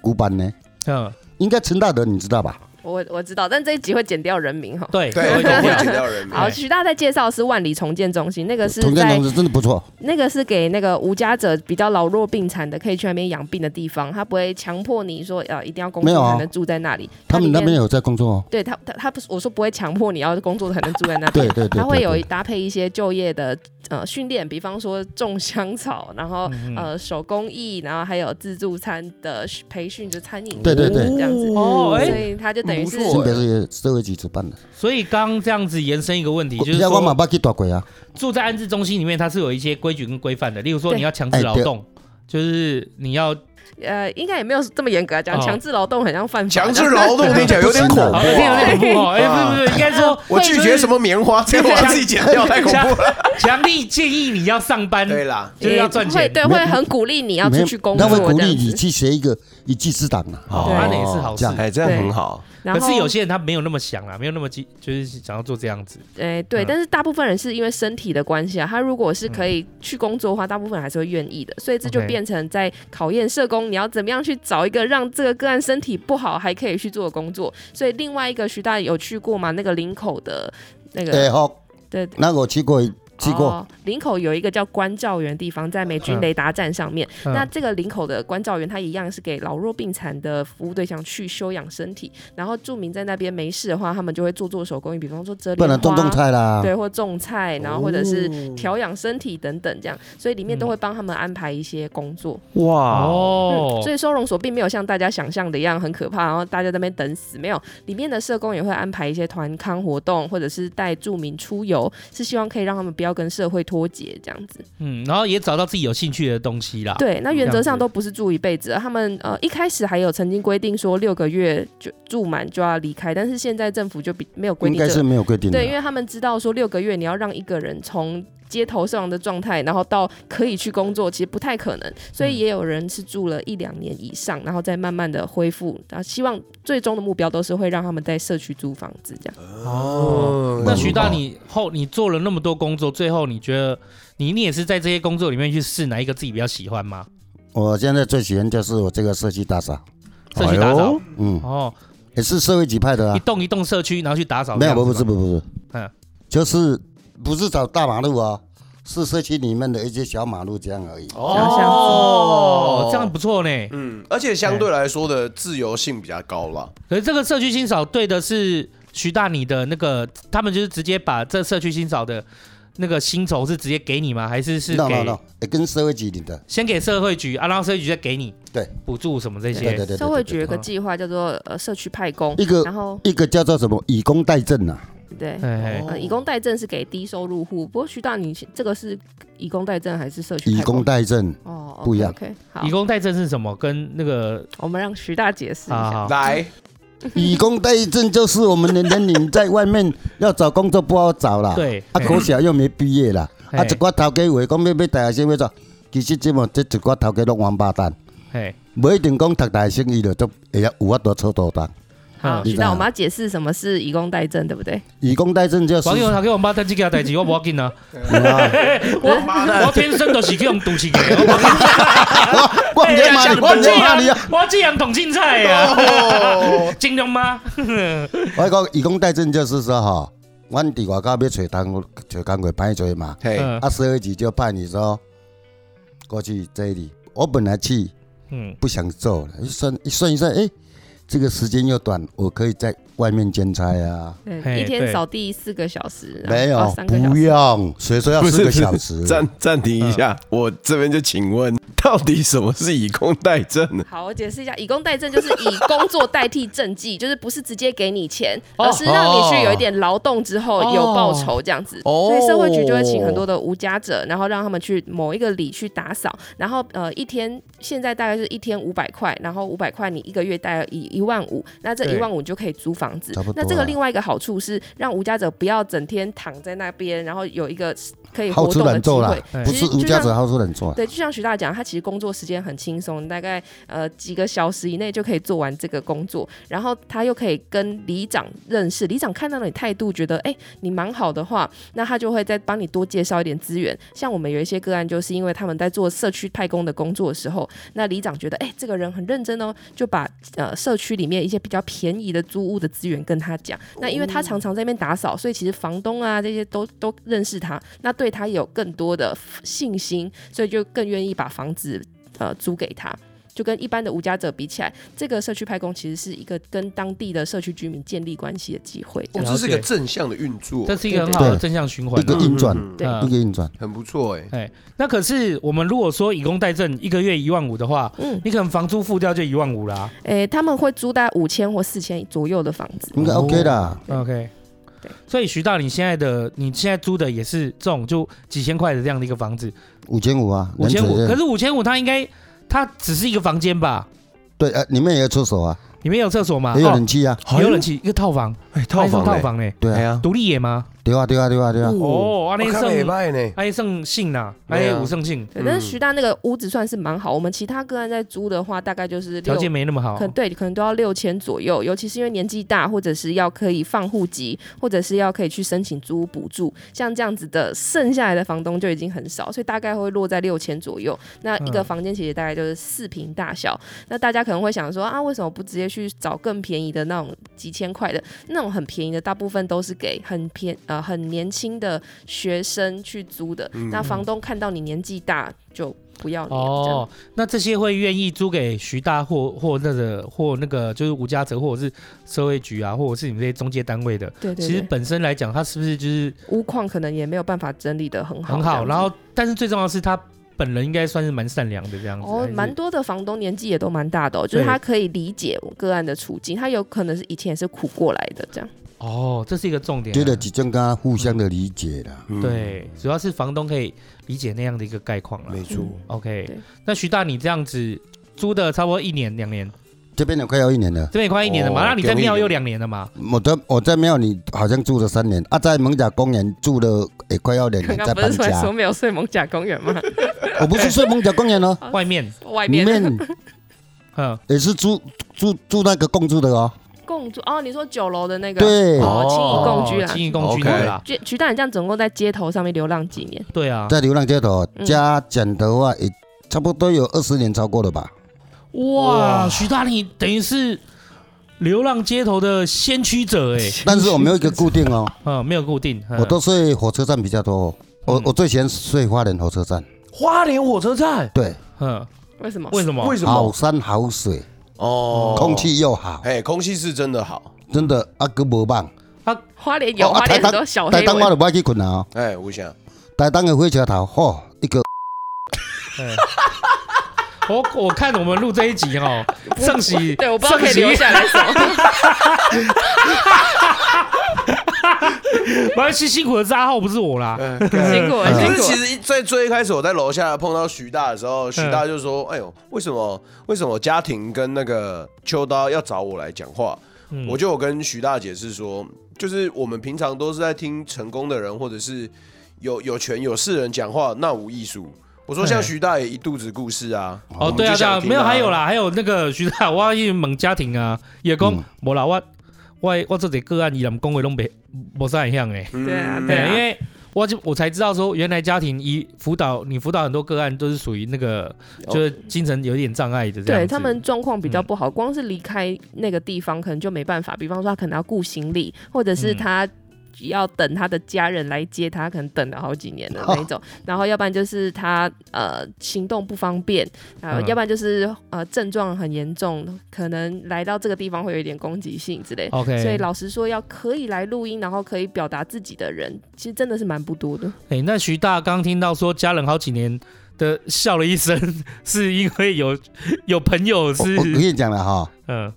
[SPEAKER 5] 古板呢，
[SPEAKER 3] 嗯，
[SPEAKER 5] 应该陈大德你知道吧？
[SPEAKER 4] 我我知道，但这一集会剪掉人名哈。
[SPEAKER 5] 嗯
[SPEAKER 3] 对，
[SPEAKER 2] 对，
[SPEAKER 3] 我
[SPEAKER 2] 会
[SPEAKER 3] 会剪掉
[SPEAKER 4] <laughs>
[SPEAKER 2] 剪掉人名。
[SPEAKER 3] 哎
[SPEAKER 4] 好，徐大在介绍的是万里重建中心，那个是
[SPEAKER 5] 重建
[SPEAKER 4] 在
[SPEAKER 5] 同志真的不错，
[SPEAKER 4] 那个是给那个无家者比较老弱病残的，可以去那边养病的地方，他不会强迫你说呃一定要工
[SPEAKER 5] 没有
[SPEAKER 4] 作
[SPEAKER 5] 啊
[SPEAKER 4] 才能住在那里。
[SPEAKER 5] 他们
[SPEAKER 4] 里
[SPEAKER 5] 那
[SPEAKER 4] 面
[SPEAKER 5] 边有在工作
[SPEAKER 4] <laughs>
[SPEAKER 5] 哦。
[SPEAKER 4] 对他他他不是我说不会强迫你要工作才能住在
[SPEAKER 5] <laughs>
[SPEAKER 4] 那
[SPEAKER 5] 对
[SPEAKER 4] 边，
[SPEAKER 5] 对对对，
[SPEAKER 4] 他会有
[SPEAKER 5] 对
[SPEAKER 4] 搭配一些就业的呃训练，比方说种香草，然后
[SPEAKER 3] 嗯嗯
[SPEAKER 4] 呃手工艺，然后还有自助餐的培训，就餐饮
[SPEAKER 5] 对对对
[SPEAKER 4] 这样子。
[SPEAKER 3] 哦，
[SPEAKER 4] 所
[SPEAKER 3] 哎，
[SPEAKER 4] 以他就等于是
[SPEAKER 2] 不
[SPEAKER 5] 新
[SPEAKER 2] 错
[SPEAKER 5] 北市也社会局主办的，
[SPEAKER 3] 所以刚刚这样子延伸一个问题，就是
[SPEAKER 5] 要我嘛
[SPEAKER 3] 说
[SPEAKER 5] 捌去大过啊，
[SPEAKER 3] 住在安置中心里面，它是有一些规矩跟规范的，例如说
[SPEAKER 4] 对
[SPEAKER 3] 你要强
[SPEAKER 2] 哎
[SPEAKER 3] 制劳动，就是你要啊
[SPEAKER 4] 呃，应该也没有这么严格啊，讲
[SPEAKER 3] 哦
[SPEAKER 4] 强制劳动很像犯法。
[SPEAKER 2] 强制劳
[SPEAKER 4] <laughs>
[SPEAKER 2] 动听起来有点恐怖
[SPEAKER 3] 好
[SPEAKER 2] 啊，
[SPEAKER 3] 有点有点恐怖哦，哎，
[SPEAKER 2] 啊
[SPEAKER 3] 不是不是，应该说
[SPEAKER 2] <laughs> 我拒绝什么棉花，这个 <laughs> 我要自己剪掉，太恐怖了。
[SPEAKER 3] 强力建议你要上班，
[SPEAKER 2] 对啦，
[SPEAKER 3] 就是要赚
[SPEAKER 4] 会
[SPEAKER 3] 钱，
[SPEAKER 4] 对，
[SPEAKER 5] 没
[SPEAKER 4] 会很鼓励你要出去工
[SPEAKER 5] 那
[SPEAKER 4] 作，
[SPEAKER 5] 会鼓
[SPEAKER 4] 这样
[SPEAKER 5] 励你
[SPEAKER 4] 子。
[SPEAKER 5] 去学一个一技之长啊。
[SPEAKER 3] 哦那也是好事
[SPEAKER 5] 这。样
[SPEAKER 2] 哎，这样很好。
[SPEAKER 4] 然
[SPEAKER 3] 可
[SPEAKER 4] 后
[SPEAKER 3] 是有些人他没有那么想啊啦，没有那么急，就是想要做这样子。
[SPEAKER 4] 哎、对，
[SPEAKER 3] 嗯
[SPEAKER 4] 但是大部分人是因为身体的关系啊，他如果是可以去工作的话，大部分人还是会愿意的，所以这就
[SPEAKER 3] OK
[SPEAKER 4] 变成在考验社工，你要怎么样去找一个让这个个案身体不好还可以去做的工作。所以另外一个徐大有去过吗？那个林口的那个、
[SPEAKER 5] 哎好，
[SPEAKER 4] 对。
[SPEAKER 5] 那我去过去过，
[SPEAKER 4] 哦，林口有一个叫关照园的地方，在美军
[SPEAKER 3] 嗯
[SPEAKER 4] 雷达站上面。
[SPEAKER 3] 嗯
[SPEAKER 4] 那这个林口的关照员，他一样是给老弱病残的服务对象去休养身体，然后住民在那边没事的话，他们就会做做手工艺，比方说折
[SPEAKER 5] 不
[SPEAKER 4] 莲花，啊
[SPEAKER 5] 然种种菜啦。
[SPEAKER 4] 对，或种菜，然后或者是调养身体等等这样，所以里面都会帮他们安排一些工作。
[SPEAKER 2] 哇
[SPEAKER 3] 哦
[SPEAKER 4] 嗯，所以收容所并没有像大家想象的一样很可怕，然后大家在那边等死。没有，里面的社工也会安排一些团康活动，或者是带住民出游，是希望可以让他们不要跟社会脱节这样子。
[SPEAKER 3] 嗯，然后也找到自己有兴趣的东西啦。
[SPEAKER 4] 对，那原
[SPEAKER 3] 啊这样
[SPEAKER 4] 则上
[SPEAKER 3] 子
[SPEAKER 4] 都不是住一辈子的。他们呃一开始还有曾经规定说六个月就住满就要离开，但是现在政府就比没有规
[SPEAKER 5] 应
[SPEAKER 4] 定
[SPEAKER 5] 该
[SPEAKER 4] 这个
[SPEAKER 5] 是没有规定的
[SPEAKER 4] 对，，因为他们知道说六个月你要让一个人从街头上的状态，然后到可以去工作，其实不太可能，所以也有人是住了一两年以上，然后再慢慢的恢复，然后希望最终的目标都是会让他们在社区租房子这样。
[SPEAKER 3] 哦，那徐大，
[SPEAKER 5] 嗯
[SPEAKER 3] 你后你做了那么多工作，最后你觉得你你也是在这些工作里面去试哪一个自己比较喜欢吗？
[SPEAKER 5] 我现在最喜欢就是我这个社区打扫，
[SPEAKER 2] 哎
[SPEAKER 3] 社区打扫，
[SPEAKER 5] 嗯，
[SPEAKER 3] 哦，
[SPEAKER 5] 也是社会局派的啊
[SPEAKER 3] 一。栋一栋社区，然后去打扫这
[SPEAKER 5] 没有，
[SPEAKER 3] 样子吗，
[SPEAKER 5] 不不是不不是，
[SPEAKER 3] 嗯
[SPEAKER 5] 就是不是走大马路啊、是社区里面的一些小马路这样而已。
[SPEAKER 3] 哦，这样不错呢。
[SPEAKER 2] 嗯，而且相对来说的自由性比较高了。
[SPEAKER 3] 可是这个社区清扫对的是徐大你的那个，他们就是直接把这社区清扫的那个薪酬是直接给你吗？还是是
[SPEAKER 5] no no
[SPEAKER 3] 给
[SPEAKER 5] no，也跟社会局里的，
[SPEAKER 3] 先给社会局啊，然后社会局再给你
[SPEAKER 5] 对
[SPEAKER 3] 补助什么这
[SPEAKER 5] 对对
[SPEAKER 3] 些？
[SPEAKER 5] 对对，
[SPEAKER 4] 社会
[SPEAKER 5] 对
[SPEAKER 4] 局有一个
[SPEAKER 3] 对
[SPEAKER 4] 计划叫做呃社区派工，
[SPEAKER 5] 一个
[SPEAKER 4] 然后
[SPEAKER 5] 一个叫做什么以工代政啊，
[SPEAKER 4] 对不对？
[SPEAKER 3] 哎，
[SPEAKER 2] 哦
[SPEAKER 4] 呃，以工代赈是给低收入户，不过徐大，你这个是以工代赈还是社区
[SPEAKER 5] 以
[SPEAKER 4] 派工？
[SPEAKER 5] 工代
[SPEAKER 4] <laughs>
[SPEAKER 5] 赈，
[SPEAKER 4] 哦，
[SPEAKER 5] 不一样
[SPEAKER 4] OK，好
[SPEAKER 3] 以，工代政是什么？跟那个
[SPEAKER 4] 我们让徐大解释一
[SPEAKER 3] 啊，
[SPEAKER 4] 下。
[SPEAKER 3] 好
[SPEAKER 2] 来，
[SPEAKER 5] 以工代赈就是我们的人民在外面要找工作不好找啦，
[SPEAKER 3] 对，
[SPEAKER 5] 啊，国小又没毕业啦，啊，
[SPEAKER 3] 哎
[SPEAKER 5] 一寡头家话讲要要大学生要做，其实这么这一寡头家拢王八蛋，
[SPEAKER 3] 哎，
[SPEAKER 5] 不一定讲读大学生伊就都会晓有法度出头档。
[SPEAKER 4] 好，
[SPEAKER 3] 好，
[SPEAKER 5] 嗯
[SPEAKER 4] 徐大，我们要解释什么是以工代赈，对不对？
[SPEAKER 5] 以工代赈就是
[SPEAKER 3] 网友他给我妈登记给他代志，我不要紧
[SPEAKER 5] <laughs>
[SPEAKER 3] 啊， <laughs> 我 <laughs> 我天生就是去用毒气给，我不要
[SPEAKER 5] 我唔
[SPEAKER 3] 紧
[SPEAKER 5] 在骂你，我唔在骂你啊！
[SPEAKER 3] 我这样懂青菜呀， <laughs> 尽量吗？嗯
[SPEAKER 5] 我讲以工代赈就是说吼，阮伫外口要找工找工作歹做嘛，
[SPEAKER 2] 嘿，
[SPEAKER 3] 嗯
[SPEAKER 5] 啊，社会局就派你说过去这里。我本来去
[SPEAKER 3] 嗯，
[SPEAKER 5] 不想做了，一算一算一算，哎，这个时间又短，我可以在外面兼差啊。
[SPEAKER 4] 嗯，
[SPEAKER 3] 嘿
[SPEAKER 4] 一天
[SPEAKER 3] 对
[SPEAKER 4] 扫地四个小时，
[SPEAKER 5] 没有，
[SPEAKER 4] 然后哦三个小
[SPEAKER 5] 不
[SPEAKER 4] 时。
[SPEAKER 5] 用，谁说要
[SPEAKER 2] 不是
[SPEAKER 5] 四个
[SPEAKER 2] 不是嗯
[SPEAKER 5] 小时？
[SPEAKER 2] 暂暂停一下，我这边就请问，到底什么是以工代赈呢？
[SPEAKER 4] 好，我解释一下，以工代赈就是以工作代替赈济，就是不是直接给你钱，
[SPEAKER 3] 哦
[SPEAKER 4] 而是让你去有一点劳动之后
[SPEAKER 2] 哦
[SPEAKER 4] 有报酬这样子。
[SPEAKER 2] 哦
[SPEAKER 4] 所以社会局就会请很多的无家者，然后让他们去某一个里去打扫，然后呃一天现在大概是一天五百块，然后五百块你一个月大概一一万五，那这
[SPEAKER 3] 对
[SPEAKER 4] 一万五就可以租房子
[SPEAKER 5] 差不。多啊
[SPEAKER 4] 那这个另外一个好处是让无家者不要整天躺在那边，然后有一个可以
[SPEAKER 5] 好
[SPEAKER 4] 活
[SPEAKER 5] 吃
[SPEAKER 4] 动的
[SPEAKER 5] 懒
[SPEAKER 4] 机
[SPEAKER 5] 做啦
[SPEAKER 4] 会。，
[SPEAKER 3] 对
[SPEAKER 5] 不是无家者好吃懒做啊。
[SPEAKER 4] 对，就像徐大讲，他其实工作时间很轻松，大概呃几个小时以内就可以做完这个工作，然后他又可以跟里长认识，里长看到你态度，觉得哎、你蛮好的话，那他就会再帮你多介绍一点资源。像我们有一些个案，就是因为他们在做社区派工的工作的时候，那里长觉得哎、这个人很认真哦，就把呃社区里面一些比较便宜的租屋的资源跟他讲。那因为他常常在那边打扫，所以其实房东啊这些都都认识他，那对他有更多的信心，所以就更愿意把房子呃租给他。就跟一般的无家者比起来，这个社区派工其实是一个跟当地的社区居民建立关系的机会。这
[SPEAKER 2] 哦，
[SPEAKER 4] 样
[SPEAKER 2] 这是一个正向的运作
[SPEAKER 3] 这，是一个很好的
[SPEAKER 5] 对
[SPEAKER 3] 正向循环
[SPEAKER 5] 一个
[SPEAKER 3] 啊。
[SPEAKER 5] 运转
[SPEAKER 2] 嗯
[SPEAKER 4] 对
[SPEAKER 3] 嗯
[SPEAKER 5] 一个运转，
[SPEAKER 2] 很不错哎。
[SPEAKER 3] 哎，那可是我们如果说以工代政一个月一万五的话，
[SPEAKER 4] 嗯，
[SPEAKER 3] 你可能房租付掉就一万五啦。
[SPEAKER 4] 诶、他们会租大概五千或四千左右的房子。
[SPEAKER 5] 应该 OK 啦。
[SPEAKER 4] 对
[SPEAKER 3] OK，
[SPEAKER 4] 对
[SPEAKER 3] 所以徐大，你现在的你现在租的也是这种就几千块的这样的一个房子，
[SPEAKER 5] 五千五啊，
[SPEAKER 3] 五千
[SPEAKER 5] 能
[SPEAKER 3] 五，
[SPEAKER 5] 承认
[SPEAKER 3] 可是五千五它应该它只是一个房间吧？
[SPEAKER 5] 对呃，里面也有厕所啊，
[SPEAKER 3] 里面有厕所吗？
[SPEAKER 5] 也有冷气啊，
[SPEAKER 3] 哦，有冷气，一个套房，
[SPEAKER 2] 哎，套
[SPEAKER 3] 它也
[SPEAKER 2] 房
[SPEAKER 3] 是套，房嘞，
[SPEAKER 5] 对
[SPEAKER 2] 哎
[SPEAKER 5] 啊，
[SPEAKER 2] 呀，
[SPEAKER 3] 独立野吗？
[SPEAKER 5] 对啊，对啊，对啊，对啊，
[SPEAKER 3] 哦，阿内
[SPEAKER 2] 我看礼
[SPEAKER 3] 圣
[SPEAKER 2] 拜呢，
[SPEAKER 3] 阿内哎圣信呐，阿
[SPEAKER 2] 对啊
[SPEAKER 3] 内五圣信
[SPEAKER 4] 对，
[SPEAKER 2] 嗯
[SPEAKER 4] 但是徐大那个屋子算是蛮好，我们其他个案在租的话，大概就是六
[SPEAKER 3] 条件没那么好
[SPEAKER 4] 可，能对，可能都要六千左右，尤其是因为年纪大，或者是要可以放户籍，或者是要可以去申请租屋补助，像这样子的剩下来的房东就已经很少，所以大概会落在六千左右。那一个
[SPEAKER 3] 嗯
[SPEAKER 4] 房间其实大概就是四平大小，那大家可能会想说啊，为什么不直接去找更便宜的那种几千块的？那种很便宜的，大部分都是给很便呃很年轻的学生去租的。
[SPEAKER 3] 嗯
[SPEAKER 4] 那房东看到你年纪大就不要你了这样
[SPEAKER 3] 哦，那这些会愿意租给徐大或或那个或那个就是吴家泽或者是社会局啊，或者是你们这些中介单位的，
[SPEAKER 4] 对对
[SPEAKER 3] 其实
[SPEAKER 4] 对，
[SPEAKER 3] 本身来讲，它是不是就是
[SPEAKER 4] 屋况可能也没有办法整理的很好，
[SPEAKER 3] 很
[SPEAKER 4] 这
[SPEAKER 3] 好？
[SPEAKER 4] 样
[SPEAKER 3] 然
[SPEAKER 4] 子
[SPEAKER 3] 后，但是最重要的是他本人应该算是蛮善良的这样子，还
[SPEAKER 4] 哦，
[SPEAKER 3] 是
[SPEAKER 4] 蛮多的房东年纪也都蛮大的、哦，就是
[SPEAKER 3] 对
[SPEAKER 4] 他可以理解我个案的处境，他有可能是以前也是苦过来的这
[SPEAKER 5] <laughs>
[SPEAKER 4] 样。
[SPEAKER 3] 哦，这是一个重点啊、
[SPEAKER 5] 觉得几种跟他互相的理解啦。
[SPEAKER 2] 嗯，
[SPEAKER 3] 对，主要是房东可以理解那样的一个概况了
[SPEAKER 2] 没。错，
[SPEAKER 3] OK，
[SPEAKER 4] 对
[SPEAKER 3] 那徐大，你这样子租的差不多一年两年，
[SPEAKER 5] 这边也快要一年了，
[SPEAKER 3] 这边也快一年了嘛，
[SPEAKER 2] 哦
[SPEAKER 3] 那你在
[SPEAKER 2] 给我一
[SPEAKER 3] 庙
[SPEAKER 2] 年
[SPEAKER 3] 又两年了嘛？
[SPEAKER 5] 我在我在庙里好像住了三年，啊，在蒙甲公园住了也快要两
[SPEAKER 4] 刚
[SPEAKER 5] 年，
[SPEAKER 4] 刚
[SPEAKER 5] 在
[SPEAKER 4] 不是
[SPEAKER 5] 搬
[SPEAKER 4] 出来
[SPEAKER 5] 家
[SPEAKER 4] 说。没有睡蒙甲公园吗？
[SPEAKER 5] 我不是睡蒙甲公园哦，
[SPEAKER 4] 啊
[SPEAKER 3] 外面，
[SPEAKER 4] 外
[SPEAKER 5] 里
[SPEAKER 4] 面
[SPEAKER 5] 面
[SPEAKER 3] 嗯，
[SPEAKER 5] 也是住住住那个共住的哦。
[SPEAKER 4] 共住哦，你说九楼的那个
[SPEAKER 5] 对，
[SPEAKER 4] 哦，轻易共居
[SPEAKER 3] 轻易
[SPEAKER 4] 啦。
[SPEAKER 5] 哦
[SPEAKER 3] 共居的啦，
[SPEAKER 4] 徐徐大，你这样总共在街头上面流浪几年？
[SPEAKER 3] 对啊，
[SPEAKER 5] 在流浪街头
[SPEAKER 4] 嗯
[SPEAKER 5] 加剪头啊发也差不多有二十年超过了吧。
[SPEAKER 3] 哇，徐大，你等于是流浪街头的先驱者哎，
[SPEAKER 5] <laughs> 但是我没有一个固定哦，
[SPEAKER 3] 嗯，没有固定，嗯
[SPEAKER 5] 我都睡火车站比较多哦。我
[SPEAKER 3] 嗯
[SPEAKER 5] 我最喜欢睡花莲火车站，
[SPEAKER 2] 花莲火车站
[SPEAKER 5] 对，
[SPEAKER 3] 嗯，
[SPEAKER 4] 为什么？
[SPEAKER 3] 为什么？
[SPEAKER 2] 为什
[SPEAKER 5] 好
[SPEAKER 2] 么？
[SPEAKER 5] 山好水，
[SPEAKER 2] 哦
[SPEAKER 5] 空，气又好，
[SPEAKER 2] 哎，空气是真的好，
[SPEAKER 5] 真的阿哥无棒。
[SPEAKER 4] 花莲有
[SPEAKER 5] 哦啊
[SPEAKER 4] 花莲
[SPEAKER 5] 台
[SPEAKER 4] 很
[SPEAKER 5] 东
[SPEAKER 4] 多小
[SPEAKER 5] 台
[SPEAKER 4] 黑
[SPEAKER 5] 东我
[SPEAKER 4] 蚊，
[SPEAKER 5] 就不爱去困了哦，
[SPEAKER 2] 哎，我想，
[SPEAKER 5] 台东的火车头，吼，一个
[SPEAKER 3] 哎我我看我们录这一集
[SPEAKER 4] <laughs>
[SPEAKER 3] 哦，上喜 <laughs>
[SPEAKER 4] 对，我不知道可以
[SPEAKER 3] 上
[SPEAKER 4] 留
[SPEAKER 3] 喜
[SPEAKER 4] 下来什么。
[SPEAKER 3] 反正辛苦的是阿浩，不是我啦。
[SPEAKER 5] 呃
[SPEAKER 4] <laughs> 辛苦
[SPEAKER 3] 嗯
[SPEAKER 4] 了，
[SPEAKER 2] 可是
[SPEAKER 4] 辛苦
[SPEAKER 2] 其
[SPEAKER 4] 了。
[SPEAKER 2] 实在最一开始我在楼下碰到徐大的时候，徐大就说：“哎
[SPEAKER 4] 嗯
[SPEAKER 2] 呦，为什么为什么家庭跟那个秋刀要找我来讲话？”
[SPEAKER 3] 嗯
[SPEAKER 2] 我就有跟徐大解释说，就是我们平常都是在听成功的人或者是有有权有势人讲话，那无艺术。我说像
[SPEAKER 3] 嗯
[SPEAKER 2] 徐大爷一肚子故事啊，
[SPEAKER 3] 哦，对啊，对啊，没有，还有
[SPEAKER 2] 啦。
[SPEAKER 3] 啦，还有那个徐大，我去问家庭啊，也讲
[SPEAKER 5] 嗯
[SPEAKER 3] 无啦，我我我这个个案伊人讲话拢袂无啥会样诶，
[SPEAKER 4] 对
[SPEAKER 2] 嗯
[SPEAKER 4] 啊，对
[SPEAKER 3] 对，因
[SPEAKER 4] 啊，
[SPEAKER 3] 为我就我才知道说，原来家庭一辅导你辅导很多个案都是属于那个就是精神有点障碍的这样
[SPEAKER 4] 哦对
[SPEAKER 3] 子，嗯
[SPEAKER 4] 他们状况比较不好，光是离开那个地方可能就没办法。比方说，他可能要顾行李，或者是
[SPEAKER 3] 嗯
[SPEAKER 4] 他。要等他的家人来接他，可能等了好几年的那一种。
[SPEAKER 3] <laughs>
[SPEAKER 4] 然后，要不然就是他呃行动不方便，啊、
[SPEAKER 3] 嗯
[SPEAKER 4] 要不然就是呃症状很严重，可能来到这个地方会有一点攻击性之类。
[SPEAKER 3] OK，
[SPEAKER 4] 所以老实说，要可以来录音，然后可以表达自己的人，其实真的是蛮不
[SPEAKER 3] <laughs>
[SPEAKER 4] 多的。
[SPEAKER 3] 哎、那徐大刚听到说家人好几年的笑了一声， <laughs> 是因为有有朋友
[SPEAKER 5] 我我跟
[SPEAKER 3] 是
[SPEAKER 5] 你讲了哈，
[SPEAKER 3] 嗯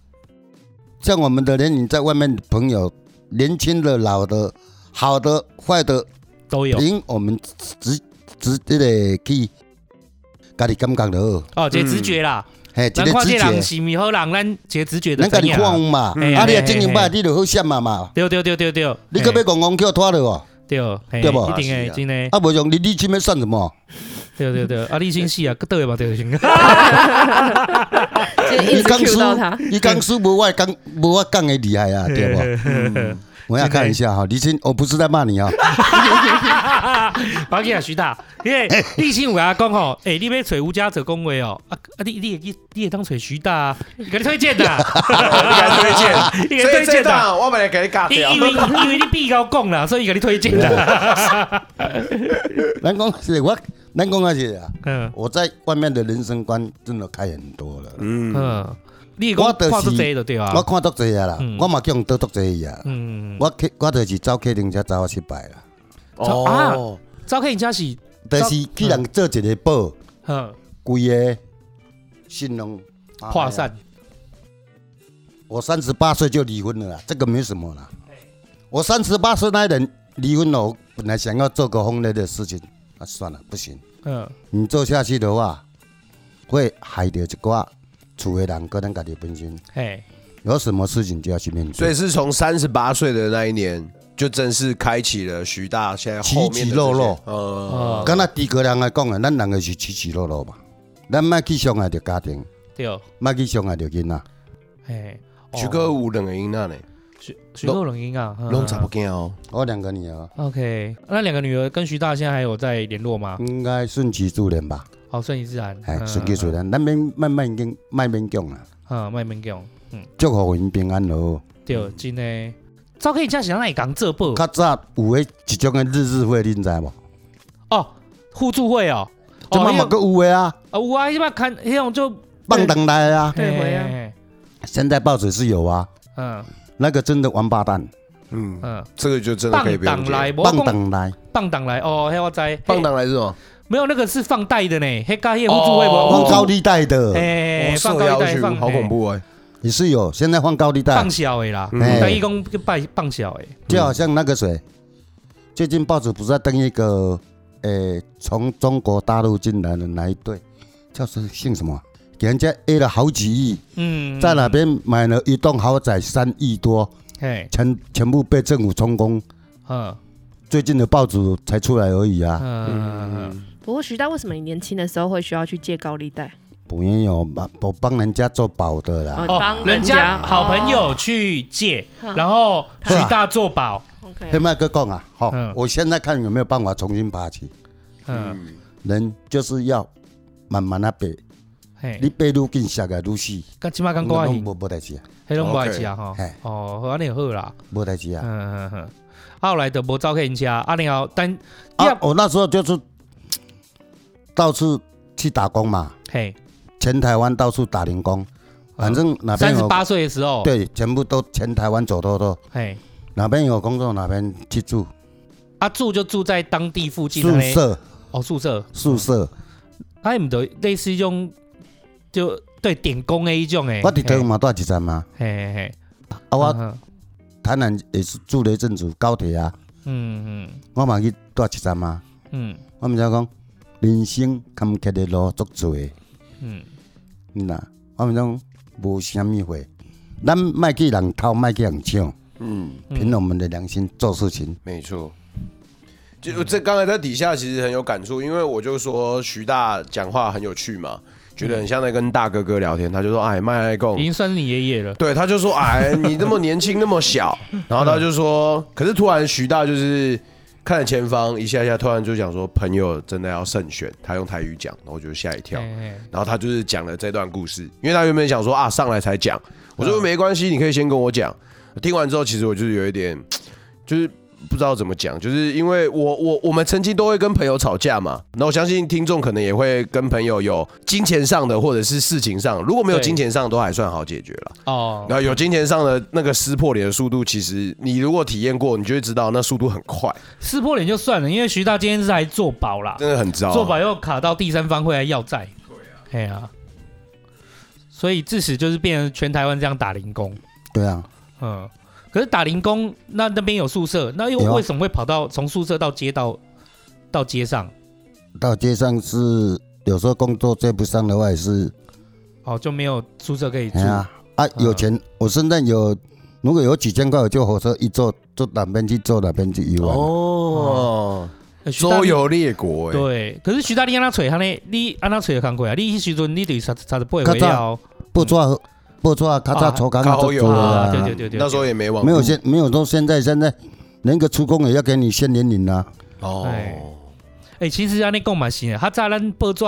[SPEAKER 5] 像我们的人，你在外面朋友，年轻的、老的、好的、坏的，
[SPEAKER 3] 都有
[SPEAKER 5] 凭我们直直接的去，家己感觉就好，
[SPEAKER 3] 哦，解直觉啦，
[SPEAKER 5] 嘿，一
[SPEAKER 3] 咱
[SPEAKER 5] 个
[SPEAKER 3] 看
[SPEAKER 5] 嗯直
[SPEAKER 3] 这人
[SPEAKER 5] 觉，
[SPEAKER 3] 是咪好人，咱解直觉的
[SPEAKER 5] 咱家
[SPEAKER 3] 怎
[SPEAKER 5] 己
[SPEAKER 3] 样
[SPEAKER 5] 看
[SPEAKER 3] 啊？
[SPEAKER 5] 嘛，
[SPEAKER 3] 嗯
[SPEAKER 5] 啊，你若经营
[SPEAKER 3] 嘿嘿
[SPEAKER 5] 歹，你就好闪嘛嘛，
[SPEAKER 3] 对对对对对，
[SPEAKER 5] 你可要戆戆叫拖落哦，
[SPEAKER 3] 对对
[SPEAKER 5] 对不
[SPEAKER 3] 一定诶，真诶，
[SPEAKER 5] 啊，无用你你今要算什么？
[SPEAKER 3] 对对对，啊，你先死啊，倒位嘛
[SPEAKER 5] <laughs>
[SPEAKER 3] 对先，
[SPEAKER 4] 就 <laughs> 一直 Q 到他，
[SPEAKER 5] 伊讲输无我讲无我讲的厉害啊，对不？
[SPEAKER 3] 不？
[SPEAKER 5] 我要看一下哈，李青，我不是在骂你啊，
[SPEAKER 3] 别去啊，徐
[SPEAKER 5] <laughs>
[SPEAKER 3] 大，因为立新有甲我讲吼，诶，你要找吴家者讲话哦，啊啊，你你你你也当找徐大啊，给你推荐的啊，<laughs>
[SPEAKER 5] <laughs>
[SPEAKER 2] 你给推荐，
[SPEAKER 3] 你给
[SPEAKER 2] 所以
[SPEAKER 3] 推
[SPEAKER 2] 这
[SPEAKER 3] 荐的啊。
[SPEAKER 2] 档我本来给你尬
[SPEAKER 3] 因
[SPEAKER 2] 掉，
[SPEAKER 3] 因为
[SPEAKER 5] 啊
[SPEAKER 3] 因为你必高供啦，所以给你推荐的。啊
[SPEAKER 5] 咱讲是我，咱讲的是啊，
[SPEAKER 3] 嗯
[SPEAKER 5] 我在外面的人生观真的开很多了，
[SPEAKER 2] 嗯，
[SPEAKER 3] 嗯，你讲
[SPEAKER 5] 我就是
[SPEAKER 3] 看出这的对啊
[SPEAKER 5] 我。看到侪啊啦
[SPEAKER 3] 嗯，
[SPEAKER 5] 我嘛叫人得到侪啊，
[SPEAKER 3] 嗯，
[SPEAKER 5] 我去我就是走客人家走啊失败啦，
[SPEAKER 4] 啊
[SPEAKER 2] 哦，
[SPEAKER 3] 啊赵克人家是
[SPEAKER 5] 就是去人做一个报，
[SPEAKER 3] 嗯
[SPEAKER 5] 规个信拢
[SPEAKER 3] 跨。散，
[SPEAKER 5] 我三十八岁就离婚了啦，这个没什么啦。我三十八岁那一年离婚了，我本来想要做个轰烈的事情，啊，算了，不行，
[SPEAKER 3] 嗯
[SPEAKER 5] 你做下去的话，会害到一寡厝的人跟咱家己本身，
[SPEAKER 3] 嘿，
[SPEAKER 5] 有什么事情就要去面
[SPEAKER 2] 所以
[SPEAKER 5] 对。
[SPEAKER 2] 是从三十八岁的那一年，就正式开启了徐大现在后面的这些
[SPEAKER 5] 起起落落
[SPEAKER 2] 呃，
[SPEAKER 3] 哦，
[SPEAKER 5] 敢若诸葛亮来讲的，咱人个是起起落落嘛，咱莫去伤害着家庭，
[SPEAKER 3] 对哦，
[SPEAKER 5] 莫去伤害着囡仔。
[SPEAKER 3] 嘿，哦
[SPEAKER 2] 徐哥有两个音那呢，
[SPEAKER 3] 徐徐克龙英啊，嗯
[SPEAKER 2] 拢查不见哦，
[SPEAKER 5] 我两个女儿
[SPEAKER 3] OK，那啊两个女儿跟徐大现在还有在联络吗？
[SPEAKER 5] 应该顺其自然吧，
[SPEAKER 3] 好，顺其自然，
[SPEAKER 5] 嗯哎，
[SPEAKER 3] 嗯
[SPEAKER 5] 顺其自，然，咱免慢慢经，慢慢讲啦，
[SPEAKER 3] 嗯，卖免讲，嗯，
[SPEAKER 5] 祝福因平安咯。
[SPEAKER 3] 对，
[SPEAKER 2] 嗯
[SPEAKER 3] 真的。赵克人家是让你讲这部
[SPEAKER 5] 较早有诶一种诶日日会，你知无？
[SPEAKER 3] 哦，互助会哦，
[SPEAKER 5] 即
[SPEAKER 3] 哦
[SPEAKER 5] 嘛嘛，
[SPEAKER 3] 那种
[SPEAKER 5] 阁有诶啊，
[SPEAKER 3] 啊有啊，一般看那种就
[SPEAKER 5] 放荡来的啊，
[SPEAKER 4] 对回啊
[SPEAKER 3] 嘿，
[SPEAKER 5] 现在报纸是有啊，
[SPEAKER 3] 嗯
[SPEAKER 5] 那个真的王八蛋，
[SPEAKER 2] 嗯，
[SPEAKER 3] 嗯，
[SPEAKER 2] 这个就真的可以
[SPEAKER 3] 棒
[SPEAKER 2] 不用
[SPEAKER 3] 党来，
[SPEAKER 2] 解。
[SPEAKER 3] 我
[SPEAKER 5] 放
[SPEAKER 3] 讲
[SPEAKER 5] 荡来，
[SPEAKER 3] 棒党来哦，嘿，我知，
[SPEAKER 2] 棒党来是什么？
[SPEAKER 3] 没有那个是放贷的呢，嘿，刚嘿互助会不？
[SPEAKER 5] 放
[SPEAKER 2] 哦
[SPEAKER 5] 高利贷的
[SPEAKER 3] 哎，
[SPEAKER 2] 哦
[SPEAKER 3] 放
[SPEAKER 2] 受
[SPEAKER 3] 高
[SPEAKER 2] 要
[SPEAKER 3] 利贷
[SPEAKER 2] 求
[SPEAKER 3] 放，
[SPEAKER 2] 好恐
[SPEAKER 3] 嘿，
[SPEAKER 2] 怖哎！
[SPEAKER 5] 也是有，现在放高利贷
[SPEAKER 3] 放，小的啦，
[SPEAKER 2] 嗯
[SPEAKER 3] 但
[SPEAKER 5] 哎
[SPEAKER 3] 义，工就放放小的，
[SPEAKER 5] 就好像那个谁，最近报纸不是在登一个，诶，从中国大陆进来的哪一对，叫是姓什么啊？给人家 A 了好几亿，
[SPEAKER 3] 嗯，
[SPEAKER 5] 在那边买了一栋豪宅三亿多，
[SPEAKER 3] 嘿，
[SPEAKER 5] 全全部被政府充公。
[SPEAKER 3] 嗯
[SPEAKER 5] 最近的报纸才出来而已啊。
[SPEAKER 3] 嗯嗯嗯
[SPEAKER 4] 不过徐大，为什么你年轻的时候会需要去借高利贷？
[SPEAKER 5] 不用有帮我帮人家做保的啦。
[SPEAKER 3] 哦，人家哦好朋友去借，
[SPEAKER 4] 嗯
[SPEAKER 3] 然后徐
[SPEAKER 5] 对啊
[SPEAKER 3] 大做保，
[SPEAKER 5] 黑
[SPEAKER 4] OK，
[SPEAKER 5] 麦哥讲啊，好、
[SPEAKER 3] 嗯
[SPEAKER 5] 我现在看有没有办法重新爬起。
[SPEAKER 3] 嗯，
[SPEAKER 5] 人就是要慢慢啊爬，
[SPEAKER 3] 嘿
[SPEAKER 5] 你，爬愈紧，下个愈死，
[SPEAKER 3] 跟起码哎刚过来
[SPEAKER 5] 拢，无无代志啊，
[SPEAKER 3] 黑龙江去啊哈
[SPEAKER 5] OK，嘿，
[SPEAKER 3] 哦，好安尼就好啦，
[SPEAKER 5] 无代志
[SPEAKER 3] 嗯
[SPEAKER 5] 啊。
[SPEAKER 3] 嗯嗯，啊后来就无走去人家，啊然后但
[SPEAKER 5] 啊
[SPEAKER 3] 要，
[SPEAKER 5] 我那时候就是到处去打工嘛，
[SPEAKER 3] 嘿，
[SPEAKER 5] 全台湾到处打零工，反正哪边
[SPEAKER 3] 嗯三十
[SPEAKER 5] 有
[SPEAKER 3] 八岁的时候，，
[SPEAKER 5] 对，全部都全台湾走透透，
[SPEAKER 3] 嘿，
[SPEAKER 5] 哪边有工作哪边去住，
[SPEAKER 3] 啊住就住在当地附近
[SPEAKER 5] 宿
[SPEAKER 3] 嘞，
[SPEAKER 5] 舍
[SPEAKER 3] 哦宿舍，
[SPEAKER 5] 宿舍，
[SPEAKER 3] 啊唔得类似一种就对点工的一种诶，
[SPEAKER 5] 我伫台湾嘛住一站嘛，
[SPEAKER 3] 嘿，嘿嘿嘿，
[SPEAKER 5] 啊我
[SPEAKER 3] 嗯嗯
[SPEAKER 5] 台南也是住了一阵子高铁啊，
[SPEAKER 3] 嗯
[SPEAKER 5] 我嘛去住一站啊，
[SPEAKER 3] 嗯嗯
[SPEAKER 5] 我毋知讲人生坎坷的路足多的，
[SPEAKER 3] 嗯，
[SPEAKER 5] 嗯呐，我毋知讲无虾米货，咱莫去人偷，莫去人抢，
[SPEAKER 2] 嗯，
[SPEAKER 5] 凭我们的良心做事情。
[SPEAKER 2] 没错。就这刚才在底下其实很有感触，因为我就说徐大讲话很有趣嘛，觉得很像在跟大哥哥聊天。他就说：“哎，麦爱贡
[SPEAKER 3] 已，经算是你爷爷了。
[SPEAKER 2] 对，他就说：“哎，你那么年轻，那么小。”然后他就说：“可是突然，徐大就是看着前方，一下一下，突然就讲说，朋友真的要慎选。”他用台语讲，然后我就吓一跳。
[SPEAKER 3] 哎
[SPEAKER 2] 然后他就是讲了这段故事，因为他原本想说啊，上来才讲，我说没关系，你可以先跟我讲。听完之后，其实我就是有一点，就是不知道怎么讲，就是因为我我我们曾经都会跟朋友吵架嘛，那我相信听众可能也会跟朋友有金钱上的或者是事情上，如果没有
[SPEAKER 3] 对
[SPEAKER 2] 金钱上都还算好解决了。
[SPEAKER 3] 哦，
[SPEAKER 2] 然后有金钱上的那个撕破脸的速度，其实你如果体验过，你就会知道那速度很快，
[SPEAKER 3] 撕破脸就算了，因为徐大今天是还做保啦，
[SPEAKER 2] 真的很
[SPEAKER 5] 哦
[SPEAKER 2] 糟啊。
[SPEAKER 3] 做保又卡到第三方会来要债。对啊，啊，所以致使就是变成全台湾这样打零工。
[SPEAKER 5] 对啊，
[SPEAKER 3] 嗯，可是打零工，那那边有宿舍，那又
[SPEAKER 5] 有啊
[SPEAKER 3] 为什么会跑到从宿舍到街道到街上？
[SPEAKER 5] 到街上是有时候工作追不上的话也是，
[SPEAKER 3] 哦，就没有宿舍可以住
[SPEAKER 5] 哎。呀啊，
[SPEAKER 3] 嗯
[SPEAKER 5] 有钱，我身上有，如果有几千块，我就火车一坐坐哪边去坐哪边去游玩。
[SPEAKER 2] 哦，
[SPEAKER 3] 呃徐大
[SPEAKER 2] 周游列国、欸，
[SPEAKER 3] 对，可是徐大你安那找他呢？你安那找工过啊？你迄时阵你得查查得背
[SPEAKER 5] 较
[SPEAKER 3] 回
[SPEAKER 5] 早
[SPEAKER 3] 了。
[SPEAKER 5] 不抓不抓，咔
[SPEAKER 3] 啊
[SPEAKER 5] 嚓抽干
[SPEAKER 2] 靠
[SPEAKER 5] 就
[SPEAKER 2] 油
[SPEAKER 5] 做
[SPEAKER 2] 啊
[SPEAKER 5] 了。
[SPEAKER 3] 对对对对，
[SPEAKER 2] 那时候也没网
[SPEAKER 5] 没
[SPEAKER 2] 络
[SPEAKER 5] 有现没有说现在现在连个出工也要给你限年龄啦。
[SPEAKER 3] 哎
[SPEAKER 2] 哦。
[SPEAKER 3] 哎、其实安内购买行的，他在咱报纸，